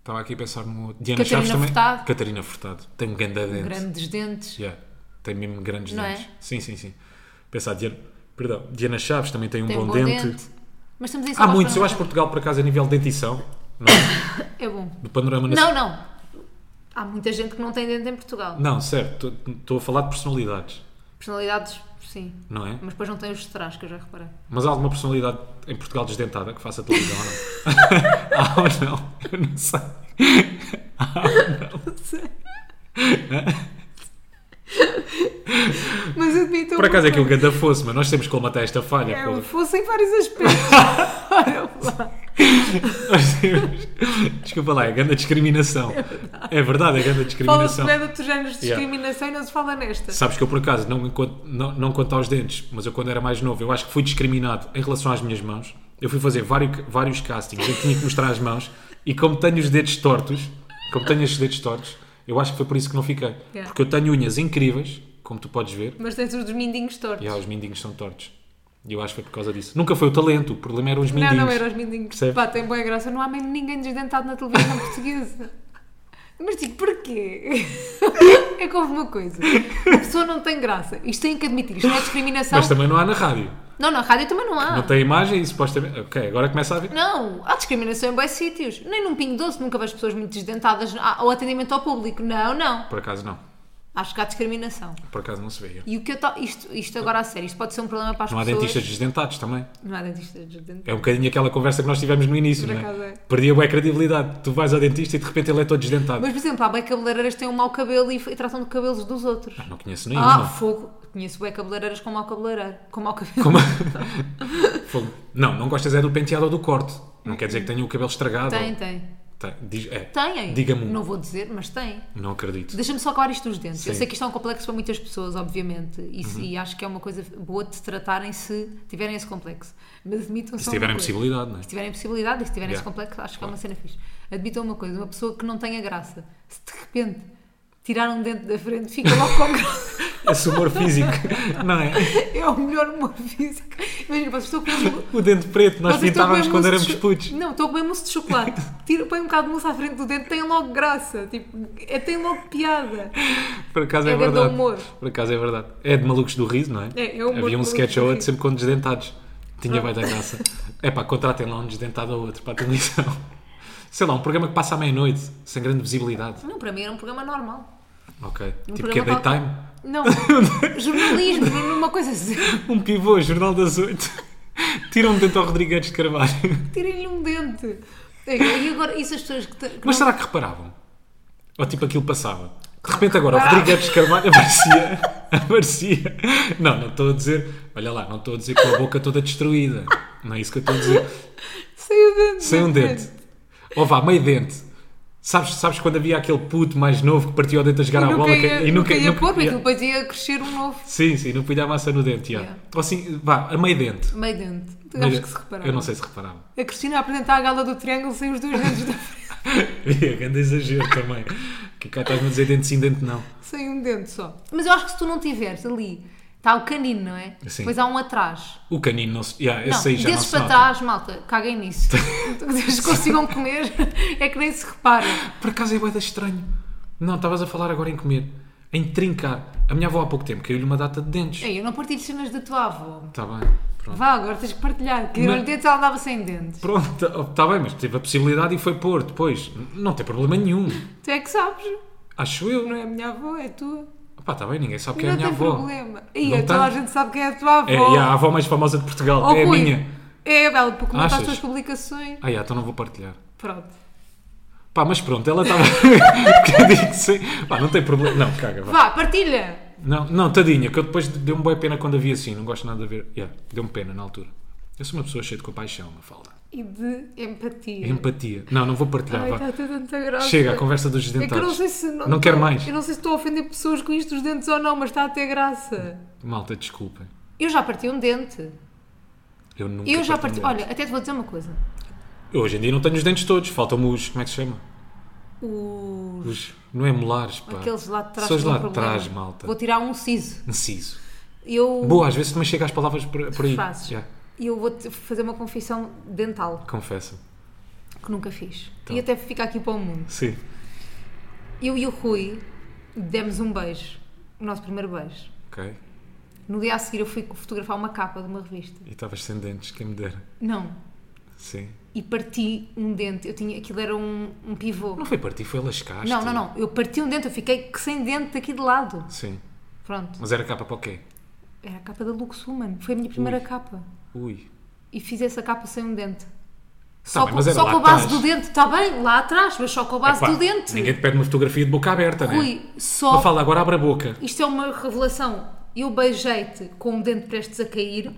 Speaker 2: Estava aqui a pensar no... outro.
Speaker 1: Catarina
Speaker 2: Diana Chaves também.
Speaker 1: Furtado.
Speaker 2: Catarina Furtado. Tem um ganda dente.
Speaker 1: Grandes dentes.
Speaker 2: Yeah. Tem mesmo grandes
Speaker 1: Não
Speaker 2: dentes.
Speaker 1: é?
Speaker 2: Sim, sim, sim. Pensar, Diana... Perdão, Diana Chaves também tem um
Speaker 1: Tem
Speaker 2: bom,
Speaker 1: um bom
Speaker 2: dente.
Speaker 1: dente. Mas estamos aí só
Speaker 2: Há
Speaker 1: para
Speaker 2: muitos. Eu
Speaker 1: falar-
Speaker 2: acho que Portugal, por acaso, a nível de dentição, não é?
Speaker 1: É bom.
Speaker 2: do panorama
Speaker 1: Não,
Speaker 2: nacional...
Speaker 1: não. Há muita gente que não tem dente em Portugal.
Speaker 2: Não, certo. Estou a falar de personalidades,
Speaker 1: Personalidades, sim.
Speaker 2: não é?
Speaker 1: Mas depois não tem os de trás, que eu já reparei.
Speaker 2: Mas há alguma personalidade em Portugal desdentada que faça televisão ou não? há ou não? Eu não sei.
Speaker 1: Mas admito.
Speaker 2: Por acaso é que o ganda fosse, mas nós temos que colmatar esta falha.
Speaker 1: É,
Speaker 2: pô.
Speaker 1: fosse em vários aspectos. Olha lá. um-
Speaker 2: Nós temos- Desculpa lá, é ganda discriminação. É verdade, é ganda
Speaker 1: Fala-se
Speaker 2: discriminação.
Speaker 1: bem de outros géneros de
Speaker 2: Yeah.
Speaker 1: discriminação e não se fala nesta.
Speaker 2: Sabes que eu por acaso não, me conto- não, não conto aos dentes, mas eu quando era mais novo, eu acho que fui discriminado em relação às minhas mãos. Eu fui fazer vários, vários castings, eu tinha que mostrar as mãos e como tenho os dedos tortos, como tenho estes dedos tortos, eu acho que foi por isso que não fiquei.
Speaker 1: Yeah.
Speaker 2: Porque eu tenho unhas incríveis, como tu podes ver,
Speaker 1: Mas tens os dos mindinhos tortos.
Speaker 2: e ah, os mindinhos são tortos. E eu acho que foi por causa disso. Nunca foi o talento, o problema eram os mindinhos.
Speaker 1: Não, não eram os mindinhos.
Speaker 2: Percebes?
Speaker 1: Pá, tem boa graça. Não há mesmo ninguém desdentado na televisão portuguesa. Mas digo, porquê? é que houve uma coisa. A pessoa não tem graça. Isto tem que admitir. Isto não é discriminação.
Speaker 2: Mas também não há na rádio.
Speaker 1: Não, na rádio também não há.
Speaker 2: Não tem imagem e supostamente. Ok, agora começa a ver.
Speaker 1: Não, há discriminação em bons sítios. Nem num pingo doce nunca vejo pessoas muito desdentadas a- ao atendimento ao público. Não, não.
Speaker 2: Por acaso não.
Speaker 1: Acho que há discriminação.
Speaker 2: Por acaso não se vê.
Speaker 1: E o que eu to... isto, isto agora a sério, isto pode ser um problema para as
Speaker 2: Não há
Speaker 1: pessoas.
Speaker 2: dentistas desdentados também.
Speaker 1: Não há dentistas desdentados.
Speaker 2: É um bocadinho aquela conversa que nós tivemos no início,
Speaker 1: Por
Speaker 2: não
Speaker 1: acaso
Speaker 2: é?
Speaker 1: é.
Speaker 2: Perdia bem a credibilidade. Tu vais ao dentista e de repente ele é todo desdentado.
Speaker 1: Mas, por exemplo, há bem cabeleireiras que têm um mau cabelo e, e tratam de cabelos dos outros.
Speaker 2: Não conheço
Speaker 1: Ah,
Speaker 2: nenhuma.
Speaker 1: fogo! Conheço bem cabeleireiras com mau cabeleireiro. Com mau cabelo.
Speaker 2: Como- é? Fogo. Não, não gostas é do penteado ou do corte. Não quer dizer que tenha o cabelo estragado.
Speaker 1: Tem,
Speaker 2: ou-
Speaker 1: tem.
Speaker 2: Tem, diz- é.
Speaker 1: Têm.
Speaker 2: Diga-me um.
Speaker 1: Não vou dizer, mas têm.
Speaker 2: Não acredito.
Speaker 1: Deixa-me só acabar isto dos dentes. Eu
Speaker 2: Sim. Uhum.
Speaker 1: sei que isto é um complexo para muitas pessoas, obviamente, e, se- e acho que é uma coisa boa de se tratarem se tiverem esse complexo. Mas admitam
Speaker 2: Se tiverem
Speaker 1: possível
Speaker 2: possibilidade, não é?
Speaker 1: se tiverem possibilidade e se tiverem esse
Speaker 2: Yeah.
Speaker 1: complexo, acho que é uma cena fixe. Admitam uma coisa, uma pessoa que não tenha graça, se de repente tirar um dente da frente, fica logo com graça.
Speaker 2: Esse humor físico, não é?
Speaker 1: É o melhor humor físico. Imagina, vocês estão a comer mousse-
Speaker 2: O dente preto, nós
Speaker 1: vocês estão a comer
Speaker 2: pintávamos quando
Speaker 1: mousse de
Speaker 2: éramos
Speaker 1: cho-
Speaker 2: putos.
Speaker 1: Não, estou a comer mousse de chocolate. Tira, põe um bocado de mousse à frente do dente, tem logo graça. Tipo, é, tem logo piada.
Speaker 2: Por acaso é,
Speaker 1: É grande
Speaker 2: verdade.
Speaker 1: humor.
Speaker 2: Por acaso é verdade. É de malucos do riso, não é?
Speaker 1: É, é o humor de
Speaker 2: Havia um
Speaker 1: malucos
Speaker 2: sketch
Speaker 1: do
Speaker 2: ou outro
Speaker 1: riso.
Speaker 2: sempre com desdentados. Tinha vai da graça. É pá, contratem lá um desdentado ou outro para a televisão. Sei lá, um programa que passa à meia-noite, sem grande visibilidade.
Speaker 1: Não, para mim era um programa normal.
Speaker 2: Ok.
Speaker 1: Um
Speaker 2: tipo que é
Speaker 1: programa qual-
Speaker 2: daytime.
Speaker 1: Não, jornalismo, numa coisa assim.
Speaker 2: Um pivô, Jornal das Oito. Tira um dente ao Rodrigues de Carvalho.
Speaker 1: Tirem-lhe um dente. É, E agora, isso as pessoas que, te- que
Speaker 2: Mas será que reparavam? Ou tipo aquilo passava? De repente agora, o Rodrigues de Carvalho aparecia. aparecia. Não, não estou a dizer. Olha lá, não estou a dizer com a boca toda destruída. Não é isso que eu estou a dizer.
Speaker 1: Sem o dente.
Speaker 2: Sem um
Speaker 1: da
Speaker 2: dente. Ou vá, meio dente. Sabes, sabes quando havia aquele puto mais novo que partia o dente a jogar
Speaker 1: E
Speaker 2: à
Speaker 1: nunca,
Speaker 2: bola que-
Speaker 1: ia, nunca ia pôr, porque
Speaker 2: yeah.
Speaker 1: depois ia crescer um novo
Speaker 2: Sim, sim, não punha a massa no dente. Yeah.
Speaker 1: Yeah.
Speaker 2: Ou assim, vá, a meio dente.
Speaker 1: meio dente. Tu
Speaker 2: Meio
Speaker 1: acho
Speaker 2: dente.
Speaker 1: que se reparava.
Speaker 2: eu não sei se reparava.
Speaker 1: A Cristina a apresentar a gala do triângulo sem os dois dentes, da-
Speaker 2: E É grande exagero também. Que cá estás-me a dizer dente sim, dente não.
Speaker 1: sem um dente só. Mas eu acho que se tu não tiveres ali, está o canino, não é?
Speaker 2: Sim.
Speaker 1: Depois há um atrás.
Speaker 2: O canino não se. Yeah,
Speaker 1: Não,
Speaker 2: esse aí já não
Speaker 1: desses
Speaker 2: se
Speaker 1: para
Speaker 2: nota.
Speaker 1: trás, malta, caguem nisso. Desde que consigam comer, é que nem se reparem.
Speaker 2: Por acaso é bué da estranho. Não, estavas a falar agora em comer. Em trincar. A minha avó há pouco tempo caiu-lhe uma data de dentes.
Speaker 1: Ei, eu não partilho cenas da tua avó.
Speaker 2: Está bem. Pronto.
Speaker 1: Vá, agora tens que partilhar. Que não.
Speaker 2: Não.
Speaker 1: dentes ela andava sem dentes.
Speaker 2: Pronto, está bem, mas teve a possibilidade e foi pôr depois. Não tem problema nenhum.
Speaker 1: Tu é que sabes.
Speaker 2: Acho eu.
Speaker 1: Não é a minha avó, é a tua.
Speaker 2: Pá, está bem, ninguém sabe
Speaker 1: E
Speaker 2: quem é a
Speaker 1: não
Speaker 2: minha
Speaker 1: tem
Speaker 2: avó.
Speaker 1: problema. E
Speaker 2: Não
Speaker 1: a toda a
Speaker 2: tem.
Speaker 1: gente sabe quem é a tua avó.
Speaker 2: É, e a avó mais famosa de Portugal.
Speaker 1: Oh,
Speaker 2: é a
Speaker 1: Rui,
Speaker 2: minha.
Speaker 1: É, ela porque comenta as
Speaker 2: Achas?
Speaker 1: tuas publicações.
Speaker 2: Ah, yeah, então não vou partilhar.
Speaker 1: Pronto.
Speaker 2: Pá, mas pronto, ela estava. que digo sim. Pá, não tem problema. Não, caga, vá.
Speaker 1: Vá, partilha!
Speaker 2: Não, não, tadinha, que eu depois deu-me boa pena quando havia assim, não gosto nada de ver. Yeah, deu-me pena na altura. Eu sou uma pessoa cheia de compaixão, uma falda.
Speaker 1: E de empatia.
Speaker 2: Empatia. Não, não vou partilhar.
Speaker 1: Ai,
Speaker 2: vá.
Speaker 1: está a ter tanta graça.
Speaker 2: Chega a conversa dos
Speaker 1: É que eu não
Speaker 2: desdentados.
Speaker 1: sei se. Não,
Speaker 2: Não quero mais.
Speaker 1: Eu não sei se estou a ofender pessoas com isto dos dentes ou não, mas está a ter graça.
Speaker 2: Malta, desculpem.
Speaker 1: Eu já parti um dente.
Speaker 2: Eu nunca.
Speaker 1: Eu já
Speaker 2: partilho
Speaker 1: parti. Olha, até te vou dizer uma coisa.
Speaker 2: Hoje em dia não tenho os dentes todos, faltam-me os. Como é que se chama?
Speaker 1: Os.
Speaker 2: Os. Não é molares, pá.
Speaker 1: Aqueles lá de trás.
Speaker 2: São os
Speaker 1: que dão
Speaker 2: lá de
Speaker 1: problema.
Speaker 2: trás, malta.
Speaker 1: Vou tirar um siso.
Speaker 2: Inciso.
Speaker 1: Eu.
Speaker 2: Boa, às vezes também chega às palavras por, por aí.
Speaker 1: Frases.
Speaker 2: Yeah,
Speaker 1: E eu vou-te fazer uma confissão dental
Speaker 2: confessa.
Speaker 1: que nunca fiz.
Speaker 2: Então.
Speaker 1: E até fica aqui para o mundo.
Speaker 2: Sim.
Speaker 1: Eu e o Rui demos um beijo, o nosso primeiro beijo.
Speaker 2: Ok.
Speaker 1: No dia a seguir eu fui fotografar uma capa de uma revista.
Speaker 2: E estavas sem dentes, quem me dera.
Speaker 1: Não.
Speaker 2: Sim.
Speaker 1: E parti um dente. Eu tinha, aquilo era um, um pivô.
Speaker 2: Não foi para ti, foi lascaste.
Speaker 1: Não, não, não. Eu parti um dente, eu fiquei que sem dente aqui de lado.
Speaker 2: Sim.
Speaker 1: Pronto.
Speaker 2: Mas era capa para o quê?
Speaker 1: Era a capa da Lux Human. Foi a minha primeira capa.
Speaker 2: Ui.
Speaker 1: E fiz essa capa sem um dente.
Speaker 2: Tá
Speaker 1: Só,
Speaker 2: bem,
Speaker 1: com,
Speaker 2: mas era
Speaker 1: só
Speaker 2: lá
Speaker 1: com a base
Speaker 2: atrás.
Speaker 1: do dente, está bem, lá atrás, mas só com a base
Speaker 2: Epá,
Speaker 1: do dente.
Speaker 2: Ninguém te pede uma fotografia de boca aberta, né?
Speaker 1: Rui,
Speaker 2: Mas
Speaker 1: só
Speaker 2: fala agora, abre a boca.
Speaker 1: Isto é uma revelação. Eu beijei-te com o dente prestes a cair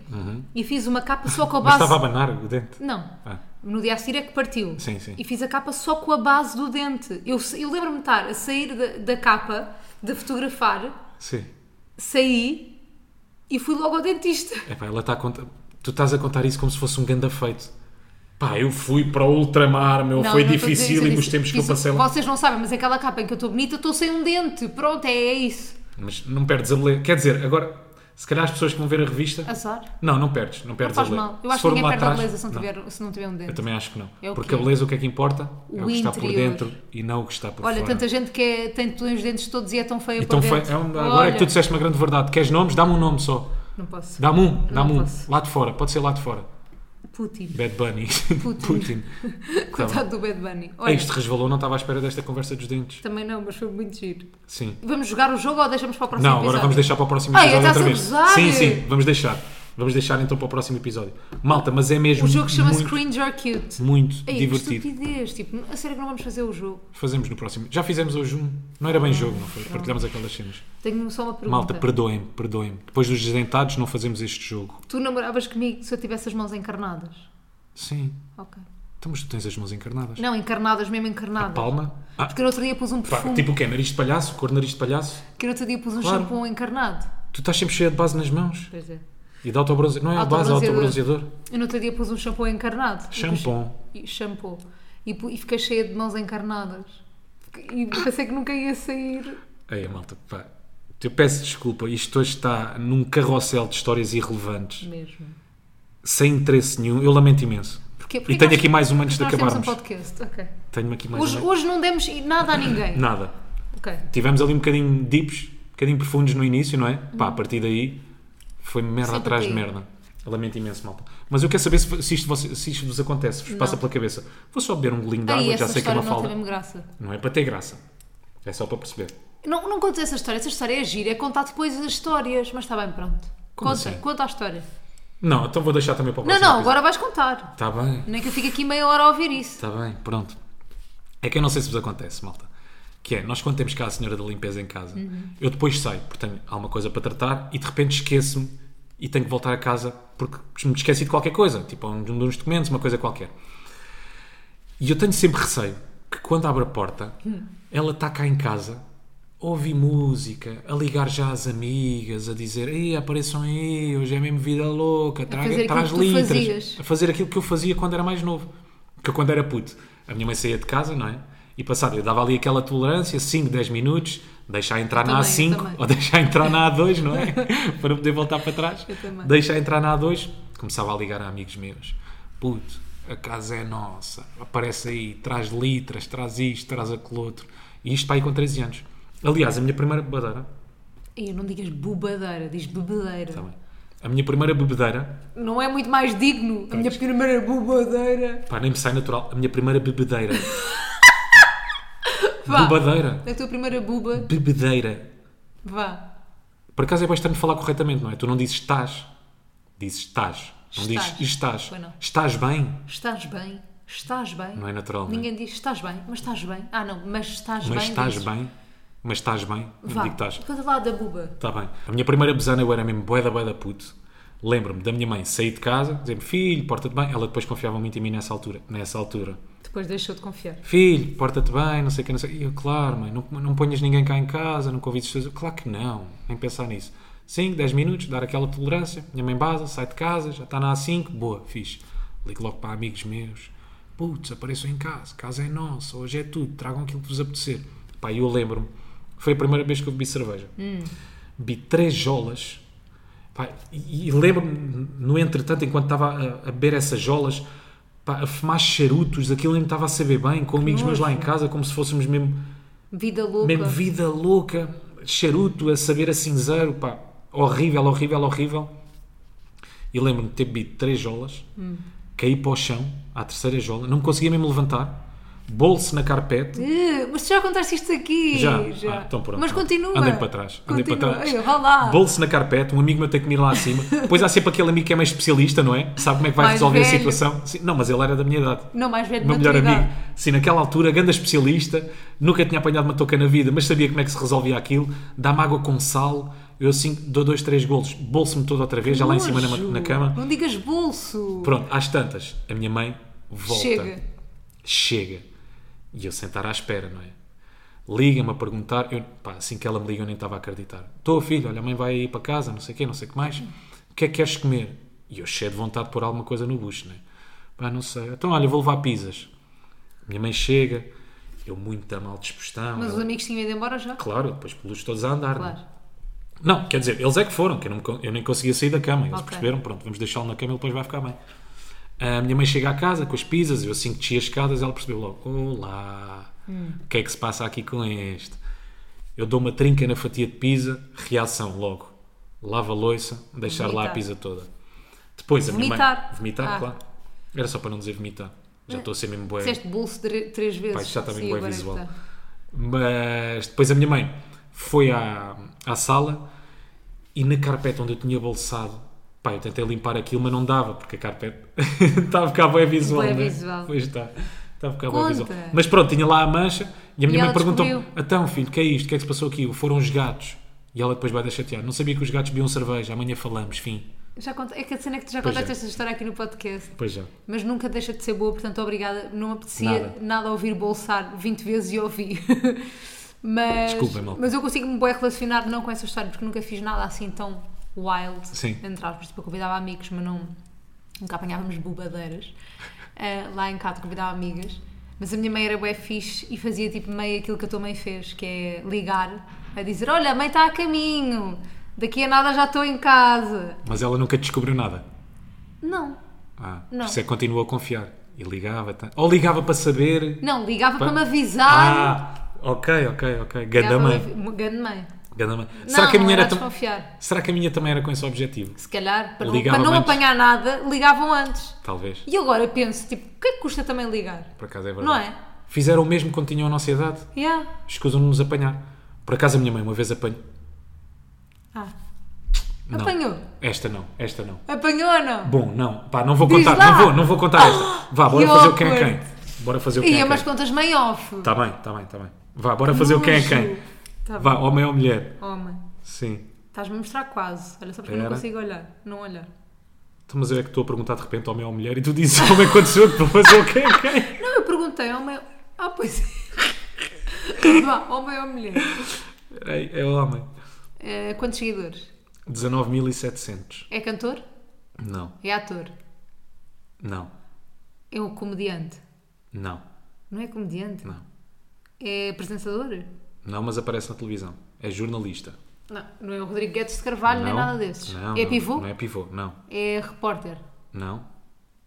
Speaker 1: e fiz uma capa só com a
Speaker 2: Uhum. Mas
Speaker 1: base.
Speaker 2: estava a abanar o dente.
Speaker 1: Não.
Speaker 2: Ah.
Speaker 1: No dia a seguir é que partiu.
Speaker 2: Sim, sim.
Speaker 1: E fiz a capa só com a base do dente. Eu, eu lembro-me de estar a sair da, da capa, de fotografar,
Speaker 2: Sim.
Speaker 1: saí e fui logo ao dentista.
Speaker 2: Epá, ela está a contar. Tu estás a contar isso como se fosse um ganda feito. Pá, eu fui para o ultramar, meu,
Speaker 1: Não,
Speaker 2: foi
Speaker 1: não estou a dizer
Speaker 2: difícil
Speaker 1: isso,
Speaker 2: e os
Speaker 1: disse-
Speaker 2: tempos que eu
Speaker 1: disse-
Speaker 2: passei lá.
Speaker 1: Vocês não sabem, mas aquela capa em que eu estou bonita, estou sem um dente. Pronto, é, é isso.
Speaker 2: Mas não perdes a beleza. Quer dizer, agora, se calhar as pessoas que vão ver a revista.
Speaker 1: Azar.
Speaker 2: Não, não perdes, não
Speaker 1: Não
Speaker 2: perdes
Speaker 1: faz
Speaker 2: a beleza.
Speaker 1: mal. Eu acho que ninguém perde a beleza se não, tiver, se não tiver um dente.
Speaker 2: Eu também acho que não.
Speaker 1: É o
Speaker 2: Porque
Speaker 1: quê?
Speaker 2: a beleza o que é que importa? é o
Speaker 1: O
Speaker 2: que está por
Speaker 1: interior.
Speaker 2: dentro e não o que está por
Speaker 1: Olha,
Speaker 2: fora.
Speaker 1: tanta gente que é, tem tem os dentes todos e é tão feia
Speaker 2: Então
Speaker 1: por
Speaker 2: foi,
Speaker 1: dentro.
Speaker 2: é um- agora é
Speaker 1: Olha,
Speaker 2: que tu disseste uma grande verdade. Queres nomes? Dá-me um nome só.
Speaker 1: Não posso.
Speaker 2: Dá-me um, dá-me um.
Speaker 1: posso.
Speaker 2: Lá de fora, pode ser lá de fora.
Speaker 1: Putin.
Speaker 2: Bad Bunny.
Speaker 1: Putin.
Speaker 2: Putin. Tá bom.
Speaker 1: Coitado do Bad Bunny. Olha,
Speaker 2: Ei, Isto resvalou, não estava à espera desta conversa dos dentes.
Speaker 1: também não, mas foi muito giro.
Speaker 2: Sim.
Speaker 1: Vamos jogar o jogo ou deixamos para o próximo
Speaker 2: Não, agora
Speaker 1: episódio?
Speaker 2: vamos deixar para o próximo
Speaker 1: Ai,
Speaker 2: episódio
Speaker 1: estás
Speaker 2: outra
Speaker 1: a
Speaker 2: vez.
Speaker 1: gozar.
Speaker 2: Sim, sim, vamos deixar. Vamos deixar então para o próximo episódio. Malta, mas é mesmo
Speaker 1: O jogo chama-se
Speaker 2: muito,
Speaker 1: Cringe or Cute.
Speaker 2: muito
Speaker 1: Ei,
Speaker 2: divertido.
Speaker 1: que estupidez. Tipo, a sério que não vamos fazer o jogo?
Speaker 2: Fazemos no próximo. Já fizemos hoje um. Não era bem jogo, não foi? Partilhamos aquelas cenas.
Speaker 1: Tenho só uma pergunta.
Speaker 2: Malta, perdoem-me, perdoem-me. Depois dos desdentados não fazemos este jogo.
Speaker 1: Tu namoravas comigo se eu tivesse as mãos encarnadas?
Speaker 2: Sim.
Speaker 1: Ok.
Speaker 2: Então, mas tu tens as mãos encarnadas.
Speaker 1: Não, encarnadas, mesmo encarnadas.
Speaker 2: Palma. Ah,
Speaker 1: Porque no outro dia pus um
Speaker 2: pá,
Speaker 1: perfume,
Speaker 2: tipo o quê? Nariz de palhaço? Cor de nariz de palhaço?
Speaker 1: que no outro dia pus um
Speaker 2: Claro.
Speaker 1: shampoo encarnado.
Speaker 2: Tu estás sempre cheia de base nas mãos.
Speaker 1: Pois é.
Speaker 2: E de autobronze... Não é a base, é
Speaker 1: Autobronzeador.
Speaker 2: autobronzeador.
Speaker 1: Eu no outro dia pus um shampoo encarnado. E depois-
Speaker 2: Shampoo.
Speaker 1: E shampoo. E, pu- e fiquei cheia de mãos encarnadas. E pensei que nunca ia sair.
Speaker 2: Ei, malta, pá. Eu peço desculpa, isto hoje está num carrossel de histórias irrelevantes,
Speaker 1: Mesmo.
Speaker 2: sem interesse nenhum. Eu lamento imenso.
Speaker 1: Porquê? Porque
Speaker 2: E tenho
Speaker 1: nós-
Speaker 2: aqui mais um antes de
Speaker 1: nós temos um
Speaker 2: acabarmos.
Speaker 1: podcast. Ok.
Speaker 2: Tenho aqui mais
Speaker 1: Hoje,
Speaker 2: um.
Speaker 1: hoje não demos nada a ninguém.
Speaker 2: Nada.
Speaker 1: Ok.
Speaker 2: Tivemos ali um bocadinho deeps, um bocadinho profundos no início, não é?
Speaker 1: Uhum.
Speaker 2: Pá, a partir daí foi merda
Speaker 1: Sempre
Speaker 2: atrás de
Speaker 1: caiu.
Speaker 2: merda. Lamento imenso, malta. Mas eu quero saber se, se, isto, vos- se isto vos acontece, vos passa pela cabeça. Vou só beber um golinho de
Speaker 1: Aí,
Speaker 2: água, já
Speaker 1: essa
Speaker 2: sei que é
Speaker 1: história
Speaker 2: uma
Speaker 1: não
Speaker 2: falda.
Speaker 1: tem mesmo graça.
Speaker 2: Não é para ter graça. É só para perceber.
Speaker 1: Não, não contes essa história. Essa história é gira. É contar depois as histórias. Mas está bem, pronto.
Speaker 2: Como
Speaker 1: conta,
Speaker 2: assim?
Speaker 1: conta a história.
Speaker 2: Não, então vou deixar também para o
Speaker 1: Não,
Speaker 2: próximo
Speaker 1: não,
Speaker 2: episódio.
Speaker 1: agora vais contar.
Speaker 2: Está Tá bem.
Speaker 1: Não é que eu fique aqui meia hora a ouvir isso.
Speaker 2: Está Tá bem, pronto. É que eu não sei se vos acontece, malta. Que é, nós quando temos cá a senhora da limpeza em casa,
Speaker 1: Uhum.
Speaker 2: eu depois saio, porque tenho alguma coisa para tratar e de repente esqueço-me e tenho que voltar a casa porque me esqueci de qualquer coisa, tipo um, de uns documentos, uma coisa qualquer. E eu tenho sempre receio que quando abro a porta,
Speaker 1: Hum.
Speaker 2: ela está cá em casa, ouve música, a ligar já às amigas, a dizer: Ei, apareçam aí, hoje é mesmo vida louca, traga,
Speaker 1: fazer aquilo
Speaker 2: traz
Speaker 1: que tu
Speaker 2: litras.
Speaker 1: fazias.
Speaker 2: A fazer aquilo que eu fazia quando era mais novo. Que eu, quando era puto, a minha mãe saía de casa, não é? E passava, eu dava ali aquela tolerância, 5, 10 minutos, deixar entrar na
Speaker 1: também, eu
Speaker 2: A5
Speaker 1: também.
Speaker 2: ou deixar entrar na A2, não é? Para poder voltar para trás.
Speaker 1: Eu também.
Speaker 2: Deixar entrar na A2, começava a ligar a amigos meus. Puto, a casa é nossa, aparece aí, traz litras, traz isto, traz aquele outro. E isto para aí com 13 anos. Aliás, a minha primeira bebedeira,
Speaker 1: E não digas bobadeira, diz bebedeira.
Speaker 2: também. A minha primeira bebedeira
Speaker 1: Não é muito mais digno. A minha primeira bobadeira.
Speaker 2: Pá, nem me sai natural. A minha primeira bebedeira.
Speaker 1: Vá.
Speaker 2: Bebedeira.
Speaker 1: A tua primeira buba,
Speaker 2: Bebedeira.
Speaker 1: vá.
Speaker 2: Por acaso é bastante falar corretamente, não é? Tu não dizes estás. Dizes estás. Não
Speaker 1: Estás.
Speaker 2: dizes estás.
Speaker 1: Pois não.
Speaker 2: Estás bem.
Speaker 1: Estás bem? Estás bem?
Speaker 2: Não é natural, não é?
Speaker 1: Ninguém diz estás bem, mas estás bem. Ah, não, mas estás
Speaker 2: Mas
Speaker 1: bem.
Speaker 2: estás
Speaker 1: dizes.
Speaker 2: bem. Mas estás bem. Não
Speaker 1: Vá.
Speaker 2: digo estás.
Speaker 1: Conta lá da buba.
Speaker 2: Está bem. A minha primeira besana eu era mesmo bué da bué da puto. Lembro-me da minha mãe sair de casa, dizer-me filho, porta-te bem. Ela depois confiava muito em mim nessa altura. Nessa altura.
Speaker 1: Depois deixou de confiar.
Speaker 2: filho, porta-te bem, não sei o que, não sei. E eu, claro, mãe, não, não ponhas ninguém cá em casa, não convides pessoas. Eu, Claro que não, nem pensar nisso. 5, 10 minutos, dar aquela tolerância. Minha mãe baza, sai de casa, já está na A5, boa, fixe. Ligo logo para amigos meus. Putz, apareçam em casa, casa é nossa, hoje é tudo, tragam aquilo que vos apetecer. Pá, eu lembro-me, foi a primeira vez que eu bebi cerveja. Bebi três jolas. Pá, e e lembro-me, no entretanto, enquanto estava a, a beber essas jolas, pá, a fumar charutos, aquilo nem me estava a saber bem, com amigos meus lá em casa, como se fôssemos mesmo,
Speaker 1: Vida louca.
Speaker 2: mesmo vida louca, charuto, a saber a cinzeiro, pá, horrível, horrível, horrível. E lembro-me de ter bebido três jolas, caí para o chão, à terceira jola, não me conseguia mesmo levantar, bolso na carpete,
Speaker 1: Eh, mas tu já contaste isto aqui.
Speaker 2: já, Ah, então pronto.
Speaker 1: Mas continua.
Speaker 2: Andem para trás. Andem para
Speaker 1: Continua.
Speaker 2: trás.
Speaker 1: Ei, vá lá.
Speaker 2: Bolso na carpete, um amigo meu tem que ir lá acima. Depois há sempre aquele amigo que é mais especialista, não é? Sabe como é que vai
Speaker 1: Mais
Speaker 2: resolver a
Speaker 1: velho.
Speaker 2: situação. Sim, não, mas ele era da minha idade.
Speaker 1: Não, mais velho
Speaker 2: O meu
Speaker 1: de
Speaker 2: melhor
Speaker 1: maturidade.
Speaker 2: amigo. Sim, naquela altura, grande especialista, nunca tinha apanhado uma touca na vida, mas sabia como é que se resolvia aquilo. Dá-me água com sal, eu assim dou dois, três golos, bolso-me todo outra vez, já lá em cima na,
Speaker 1: Nojo.
Speaker 2: na cama.
Speaker 1: Não digas bolso.
Speaker 2: Pronto, às tantas, a minha mãe volta
Speaker 1: Chega.
Speaker 2: chega. E eu sentar à espera, não é? Liga-me a perguntar, eu, pá, assim que ela me liga eu nem estava a acreditar. Estou, filho, olha, a mãe vai aí para casa, não sei o quê, não sei o que mais. O que é que queres comer? E eu cheio de vontade de pôr alguma coisa no bucho, não é? Pá, não sei. Então, olha, vou levar pizzas. Minha mãe chega, eu muito a mal dispostão.
Speaker 1: Mas
Speaker 2: ela-
Speaker 1: os amigos tinham ido embora já?
Speaker 2: Claro, depois pelos todos a andar. não é?
Speaker 1: Claro.
Speaker 2: Não, quer dizer, eles é que foram, que eu, não me con- eu nem conseguia sair da cama. Eles
Speaker 1: Ok.
Speaker 2: perceberam, pronto, vamos deixá-lo na cama, ele depois vai ficar bem. A minha mãe chega à casa com as pizzas, eu assim que desci as escadas, ela percebeu logo: Olá,
Speaker 1: Hum.
Speaker 2: o que é que se passa aqui com este? Eu dou uma trinca na fatia de pizza, reação logo: lava a louça, deixar lá a
Speaker 1: Vomitar.
Speaker 2: pizza toda. Depois a minha
Speaker 1: Vomitar.
Speaker 2: mãe. Vomitar,
Speaker 1: Ah.
Speaker 2: claro. Era só para não dizer vomitar. Já estou a ser mesmo boé.
Speaker 1: Disseste bolso tre- três vezes.
Speaker 2: Pá, isto já está bem
Speaker 1: Sim,
Speaker 2: bué
Speaker 1: agora é que
Speaker 2: visual.
Speaker 1: está.
Speaker 2: Mas depois a minha mãe foi à, à sala e na carpete onde eu tinha bolsado, pá, eu tentei limpar aquilo, mas não dava, porque a carpete estava a ficar bem visual.
Speaker 1: Bué
Speaker 2: não é?
Speaker 1: visual.
Speaker 2: Pois está. Estava a ficar bué visual.
Speaker 1: Conta.
Speaker 2: Mas pronto, tinha lá a mancha e a minha
Speaker 1: E
Speaker 2: mãe
Speaker 1: ela
Speaker 2: perguntou:
Speaker 1: descobriu.
Speaker 2: Então, filho, o que é isto? O que é que se passou aqui? Foram os gatos. E ela depois vai deixar chatear. Não sabia que os gatos bebiam cerveja, amanhã falamos, fim.
Speaker 1: Já conta, é que a cena é que tu já
Speaker 2: Pois
Speaker 1: contaste
Speaker 2: é.
Speaker 1: esta história aqui no podcast,
Speaker 2: Pois já.
Speaker 1: mas nunca deixa de ser boa, portanto, obrigada. Não me apetecia
Speaker 2: Nada.
Speaker 1: nada, ouvir bolsar 20 vezes e ouvi. mas,
Speaker 2: Desculpem, malta.
Speaker 1: mas eu consigo-me bem relacionar não com essa história, porque nunca fiz nada assim tão wild,
Speaker 2: Sim.
Speaker 1: entre aspas. Tipo, eu convidava amigos, mas não, nunca apanhávamos bobadeiras. Ah, lá em casa convidava amigas. Mas a minha mãe era bué fixe e fazia tipo meio aquilo que a tua mãe fez, que é ligar a dizer: Olha, a mãe está a caminho, daqui a nada já estou em casa.
Speaker 2: Mas ela nunca descobriu nada.
Speaker 1: Não.
Speaker 2: Ah,
Speaker 1: Não.
Speaker 2: Por isso é que continuou a confiar. E ligava. tá- Ou ligava para saber.
Speaker 1: Não, ligava
Speaker 2: Pá.
Speaker 1: para me avisar.
Speaker 2: Ah, ok, ok, ok. Ganda
Speaker 1: Ligava
Speaker 2: mãe.
Speaker 1: para me avi- Grande mãe.
Speaker 2: Ganda mãe.
Speaker 1: Não,
Speaker 2: Será que a minha
Speaker 1: não
Speaker 2: era
Speaker 1: era
Speaker 2: tam-
Speaker 1: desconfiar.
Speaker 2: Será que a minha também era com esse objetivo?
Speaker 1: Se calhar, para, não-
Speaker 2: Ligava
Speaker 1: para não
Speaker 2: antes.
Speaker 1: apanhar nada, ligavam antes.
Speaker 2: Talvez.
Speaker 1: E agora penso, tipo, o que é que custa também ligar?
Speaker 2: Por acaso é verdade.
Speaker 1: Não é?
Speaker 2: Fizeram o mesmo quando tinham a nossa idade.
Speaker 1: Yeah.
Speaker 2: Escusam-nos apanhar. Por acaso a minha mãe uma vez apanhou.
Speaker 1: Ah.
Speaker 2: Não.
Speaker 1: Apanhou.
Speaker 2: Esta não, esta não.
Speaker 1: Apanhou ou não?
Speaker 2: Bom, não, pá, não vou
Speaker 1: Diz
Speaker 2: contar,
Speaker 1: lá.
Speaker 2: não vou, não vou contar esta. Vá, bora
Speaker 1: que
Speaker 2: fazer o quem é
Speaker 1: awkward.
Speaker 2: quem. Bora fazer o quem
Speaker 1: Ia,
Speaker 2: é
Speaker 1: mas
Speaker 2: quem.
Speaker 1: contas meio off.
Speaker 2: Tá bem, tá bem, tá bem. Vá, bora fazer o quem é quem.
Speaker 1: Tá
Speaker 2: Vá,
Speaker 1: bom.
Speaker 2: homem ou mulher.
Speaker 1: Homem,
Speaker 2: Sim.
Speaker 1: estás-me a mostrar quase. Olha, só porque eu não
Speaker 2: Pera.
Speaker 1: consigo olhar. Não olhar.
Speaker 2: Então, mas eu é que estou a perguntar de repente homem ou mulher e tu dizes como é que aconteceu que vou fazer o quem é quem.
Speaker 1: Não, eu perguntei, homem. Ah, pois é. Vá, homem ou mulher?
Speaker 2: Peraí, é homem.
Speaker 1: Eh, quantos seguidores?
Speaker 2: 19.700.
Speaker 1: É cantor?
Speaker 2: Não,
Speaker 1: É ator?
Speaker 2: não,
Speaker 1: É um comediante?
Speaker 2: não,
Speaker 1: Não é comediante?
Speaker 2: não.
Speaker 1: É apresentador?
Speaker 2: Não, mas aparece na televisão. É jornalista.
Speaker 1: Não, não é o Rodrigo Guedes de Carvalho nem
Speaker 2: Não,
Speaker 1: nada desses.
Speaker 2: não,
Speaker 1: é
Speaker 2: não,
Speaker 1: pivô?
Speaker 2: Não é pivô, não.
Speaker 1: É repórter.
Speaker 2: Não.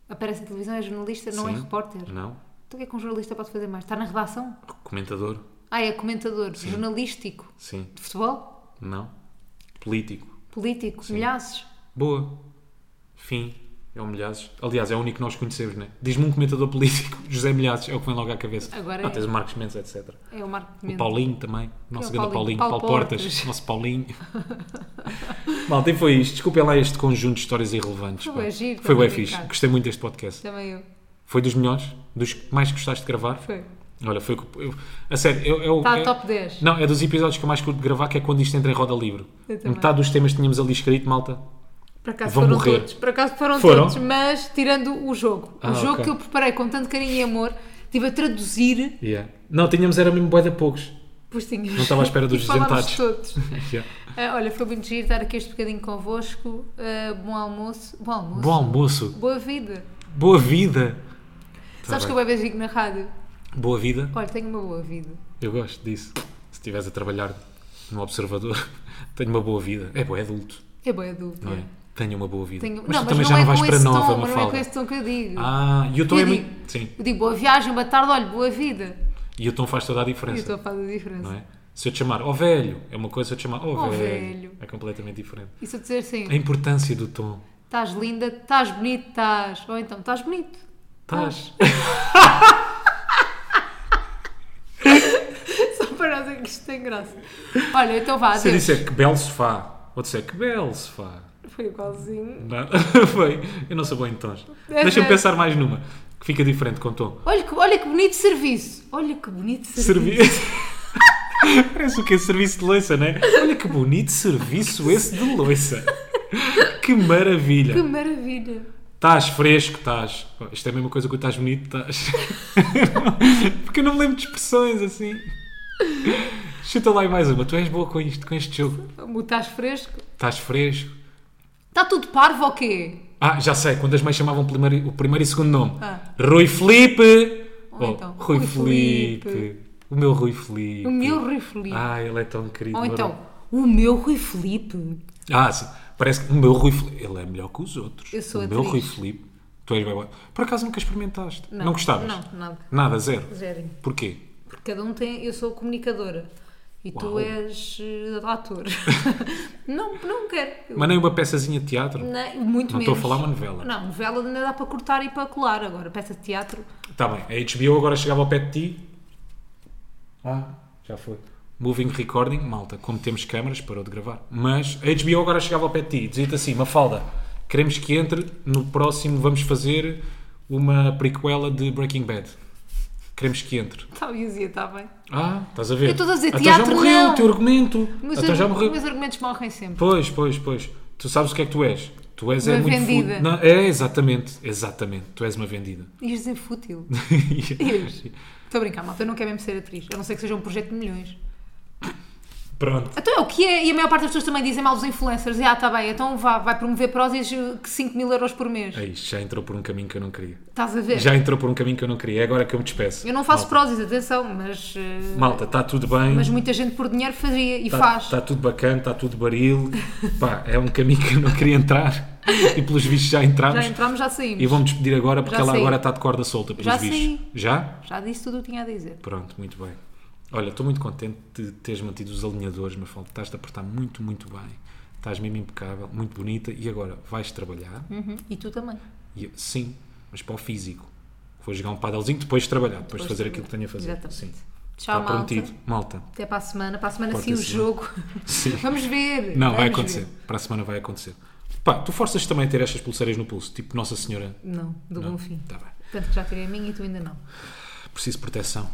Speaker 1: Aparece na televisão, é jornalista, não é
Speaker 2: Sim.
Speaker 1: repórter.
Speaker 2: Não.
Speaker 1: Então o que é que um jornalista pode fazer mais? Está na redação?
Speaker 2: Comentador.
Speaker 1: Ah, é comentador, jornalístico,
Speaker 2: Sim.
Speaker 1: de futebol,
Speaker 2: Não. Político.
Speaker 1: político, milhaços.
Speaker 2: Boa. Fim. É o Milhazes. Aliás, é o único que nós conhecemos, né? Diz-me um comentador político. José Milhazes é o que vem logo à cabeça.
Speaker 1: Agora
Speaker 2: ah,
Speaker 1: é.
Speaker 2: tens o Marcos Mendes, etc.
Speaker 1: É o Marco
Speaker 2: O
Speaker 1: Mendes.
Speaker 2: Paulinho também. O nosso
Speaker 1: é o
Speaker 2: grande
Speaker 1: Paulinho?
Speaker 2: Paulinho. Paulo,
Speaker 1: Paulo
Speaker 2: Portas.
Speaker 1: Portas.
Speaker 2: Nosso Paulinho. Malta, e foi isto. Desculpem lá este conjunto de histórias irrelevantes.
Speaker 1: Foi
Speaker 2: pá.
Speaker 1: bem giro,
Speaker 2: Foi
Speaker 1: foi
Speaker 2: bem
Speaker 1: bem
Speaker 2: fixe.
Speaker 1: brincado.
Speaker 2: Gostei muito deste podcast.
Speaker 1: Também eu.
Speaker 2: Foi dos melhores? Dos que mais gostaste de gravar?
Speaker 1: Foi.
Speaker 2: Olha, foi... o que- eu- A sério, eu... eu
Speaker 1: Está
Speaker 2: é-
Speaker 1: Tá top 10.
Speaker 2: Não, é dos episódios que eu mais curto de gravar, que é quando isto entra em roda livre.
Speaker 1: Eu também.
Speaker 2: Metade dos temas que tínhamos ali escrito, malta.
Speaker 1: Por acaso
Speaker 2: Vão
Speaker 1: foram
Speaker 2: morrer.
Speaker 1: todos. Por acaso foram,
Speaker 2: Foram?
Speaker 1: todos, mas tirando o jogo.
Speaker 2: Ah,
Speaker 1: o jogo
Speaker 2: ok.
Speaker 1: que eu preparei com tanto carinho e amor, estive a traduzir,
Speaker 2: Yeah. Não, tínhamos era mesmo bué de poucos.
Speaker 1: pois tinha.
Speaker 2: Não estava à espera dos
Speaker 1: E falámos
Speaker 2: desentados.
Speaker 1: todos.
Speaker 2: Yeah.
Speaker 1: Ah, olha, foi muito giro estar aqui este bocadinho convosco. Ah, bom almoço. Bom almoço.
Speaker 2: Bom almoço.
Speaker 1: Boa vida.
Speaker 2: Boa vida. Tá
Speaker 1: Sabes
Speaker 2: bem.
Speaker 1: que eu bem digo na rádio?
Speaker 2: Boa vida.
Speaker 1: Olha, tenho uma boa vida.
Speaker 2: Eu gosto disso. Se estiveres a trabalhar no observador, tenho uma boa vida. É bué adulto,
Speaker 1: É boa dúvida.
Speaker 2: não é? Tenho uma boa vida.
Speaker 1: Tenho...
Speaker 2: Mas
Speaker 1: não,
Speaker 2: tu
Speaker 1: mas
Speaker 2: também
Speaker 1: não
Speaker 2: já
Speaker 1: é
Speaker 2: não vais
Speaker 1: com
Speaker 2: para
Speaker 1: esse
Speaker 2: nova,
Speaker 1: tom, mas não é
Speaker 2: Mafalda.
Speaker 1: com esse tom que eu digo.
Speaker 2: Ah, e o tom
Speaker 1: Eu
Speaker 2: é
Speaker 1: digo-
Speaker 2: muito... Sim.
Speaker 1: Eu digo boa viagem, boa tarde, olha, boa vida.
Speaker 2: E o tom faz toda
Speaker 1: E
Speaker 2: a
Speaker 1: eu
Speaker 2: diferença.
Speaker 1: estou a fazer a diferença.
Speaker 2: Não é? Se eu te chamar, ó velho, é uma coisa. Se eu te chamar, ó
Speaker 1: Ó
Speaker 2: velho,
Speaker 1: Oh, velho.
Speaker 2: é completamente diferente.
Speaker 1: E se eu dizer assim,
Speaker 2: A importância do tom.
Speaker 1: estás linda, estás bonito, estás. Ou então, estás bonito.
Speaker 2: Estás.
Speaker 1: Só para nós é que isto tem graça. Olha, então vá,
Speaker 2: Se eu
Speaker 1: adeus.
Speaker 2: disser que belo sofá, ou disser que belo sofá.
Speaker 1: Foi igualzinho.
Speaker 2: Nada. Foi. Eu não sou bom em tons.
Speaker 1: É
Speaker 2: Deixa-me
Speaker 1: sério.
Speaker 2: pensar mais numa, que fica diferente com tom.
Speaker 1: Olha que, olha que bonito serviço. Olha que bonito serviço.
Speaker 2: Serviço. Parece o que é serviço de loiça, não é? Olha que bonito serviço esse de loiça. Que
Speaker 1: Que
Speaker 2: maravilha.
Speaker 1: maravilha.
Speaker 2: Estás fresco, estás. Isto é a mesma coisa que o estás bonito, estás. Porque eu não me lembro de expressões assim. Chuta lá aí mais uma. Tu és boa com isto, com este jogo.
Speaker 1: Amor, Estás fresco?
Speaker 2: Estás fresco.
Speaker 1: Está tudo parvo ou quê?
Speaker 2: Ah, já sei, quando as mães chamavam o primeiro, o primeiro e segundo nome.
Speaker 1: Ah.
Speaker 2: Rui Felipe!
Speaker 1: Ou então,
Speaker 2: Rui,
Speaker 1: Rui
Speaker 2: Felipe.
Speaker 1: Felipe.
Speaker 2: O meu Rui Felipe.
Speaker 1: O meu Rui Felipe.
Speaker 2: Ah, ele é tão querido.
Speaker 1: ou
Speaker 2: meu
Speaker 1: então,
Speaker 2: Rui.
Speaker 1: o meu Rui Felipe.
Speaker 2: Ah, sim. Parece que o meu Rui Felipe. Ele é melhor que os outros.
Speaker 1: Eu sou
Speaker 2: O meu
Speaker 1: atriz.
Speaker 2: Rui Felipe. Tu és bem bom. Por acaso nunca experimentaste? Não, gostavas?
Speaker 1: Não, nada.
Speaker 2: Nada, zero.
Speaker 1: Zero.
Speaker 2: Porquê?
Speaker 1: Porque cada um tem. Eu sou comunicadora. E
Speaker 2: Uau.
Speaker 1: tu és eh, ator. não, não quero. Eu-
Speaker 2: Mas nem uma peçazinha de teatro?
Speaker 1: Nem- muito
Speaker 2: Não
Speaker 1: menos.
Speaker 2: estou a falar uma novela.
Speaker 1: Não, novela ainda dá para cortar e para colar agora. Peça de teatro.
Speaker 2: Está Tá bem. A HBO agora chegava ao pé de ti. Ah, já foi. Moving Recording, malta, como temos câmaras, parou de gravar. Mas a HBO agora chegava ao pé de ti e dizia-te assim, Mafalda, queremos que entre, no próximo vamos fazer uma prequela de Breaking Bad. Queremos que entre.
Speaker 1: Tá, eu dizia, está bem.
Speaker 2: Ah, estás a ver?
Speaker 1: Eu estou a dizer,
Speaker 2: então já
Speaker 1: teatro
Speaker 2: morreu
Speaker 1: não.
Speaker 2: o teu argumento.
Speaker 1: Meus,
Speaker 2: então já
Speaker 1: argu-
Speaker 2: morreu.
Speaker 1: meus argumentos morrem sempre.
Speaker 2: Pois, pois, pois. Tu sabes o que é que tu és? Tu és
Speaker 1: Uma
Speaker 2: é muito fú-
Speaker 1: vendida.
Speaker 2: Não, é, exatamente, exatamente. Tu és uma vendida.
Speaker 1: Ias dizer fútil. Estou a brincar, malta. Eu não quero mesmo ser atriz. A não ser que seja um projeto de milhões.
Speaker 2: Pronto.
Speaker 1: Então é o que é. E a maior parte das pessoas também dizem mal dos influencers. E, ah, está bem. Então vá, vai promover prósis eh, que 5 mil euros por mês.
Speaker 2: É isto, já entrou por um caminho que eu não queria.
Speaker 1: Estás a ver?
Speaker 2: Já entrou por um caminho que eu não queria. É agora que eu me despeço.
Speaker 1: Eu não faço
Speaker 2: Malta,
Speaker 1: prósis, atenção, mas. eh,
Speaker 2: Malta, está tudo bem.
Speaker 1: Mas muita gente por dinheiro fazia e
Speaker 2: Está
Speaker 1: faz.
Speaker 2: tá tudo bacana, está tudo baril. Pá, é um caminho que eu não queria entrar. E pelos bichos já entramos.
Speaker 1: Já entramos, já saímos.
Speaker 2: E vou-me despedir agora porque
Speaker 1: Já
Speaker 2: ela
Speaker 1: saí.
Speaker 2: agora está de corda solta pelos
Speaker 1: Já
Speaker 2: bichos.
Speaker 1: saí.
Speaker 2: Já?
Speaker 1: Já disse tudo o que tinha a dizer.
Speaker 2: Pronto, muito bem. Olha, estou muito contente de teres mantido os alinhadores, mas estás-te a portar muito, muito bem. Estás mesmo impecável, muito bonita. E agora vais trabalhar.
Speaker 1: Uhum. E tu também.
Speaker 2: E eu, sim, mas para o físico. Vou jogar um padelzinho depois de trabalhar, depois, de
Speaker 1: Depois
Speaker 2: fazer
Speaker 1: de
Speaker 2: aquilo que tenho a fazer.
Speaker 1: Exatamente.
Speaker 2: Sim.
Speaker 1: Tchau,
Speaker 2: Está
Speaker 1: malta.
Speaker 2: prometido. Malta.
Speaker 1: Até para a semana. Para a semana,
Speaker 2: Corta
Speaker 1: sim, o
Speaker 2: esse
Speaker 1: jogo.
Speaker 2: Sim.
Speaker 1: Vamos ver.
Speaker 2: Não, vai
Speaker 1: Vamos
Speaker 2: acontecer.
Speaker 1: ver.
Speaker 2: Para a semana vai acontecer. Pá, tu forças também a ter estas pulseiras no pulso, tipo Nossa Senhora.
Speaker 1: Não, do bom fim.
Speaker 2: Tá bem.
Speaker 1: Tanto que já tirei a minha e tu ainda não.
Speaker 2: Preciso de proteção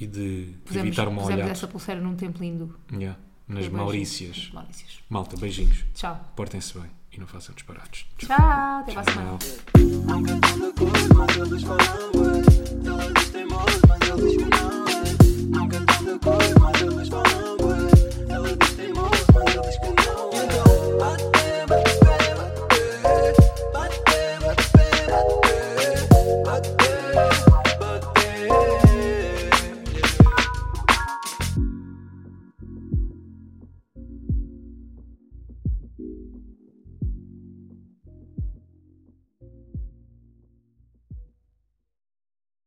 Speaker 2: e de
Speaker 1: Pusemos,
Speaker 2: evitar uma
Speaker 1: pusemos
Speaker 2: olhada
Speaker 1: essa pulseira num templo hindu.
Speaker 2: Yeah, nas
Speaker 1: Foi
Speaker 2: Maurícias.
Speaker 1: beijinho. Maurícias.
Speaker 2: Malta, beijinhos.
Speaker 1: Tchau.
Speaker 2: Portem-se bem e não façam disparates.
Speaker 1: Tchau. Até para a semana.
Speaker 2: Tchau.
Speaker 3: I'm contando coisas, mas eles falam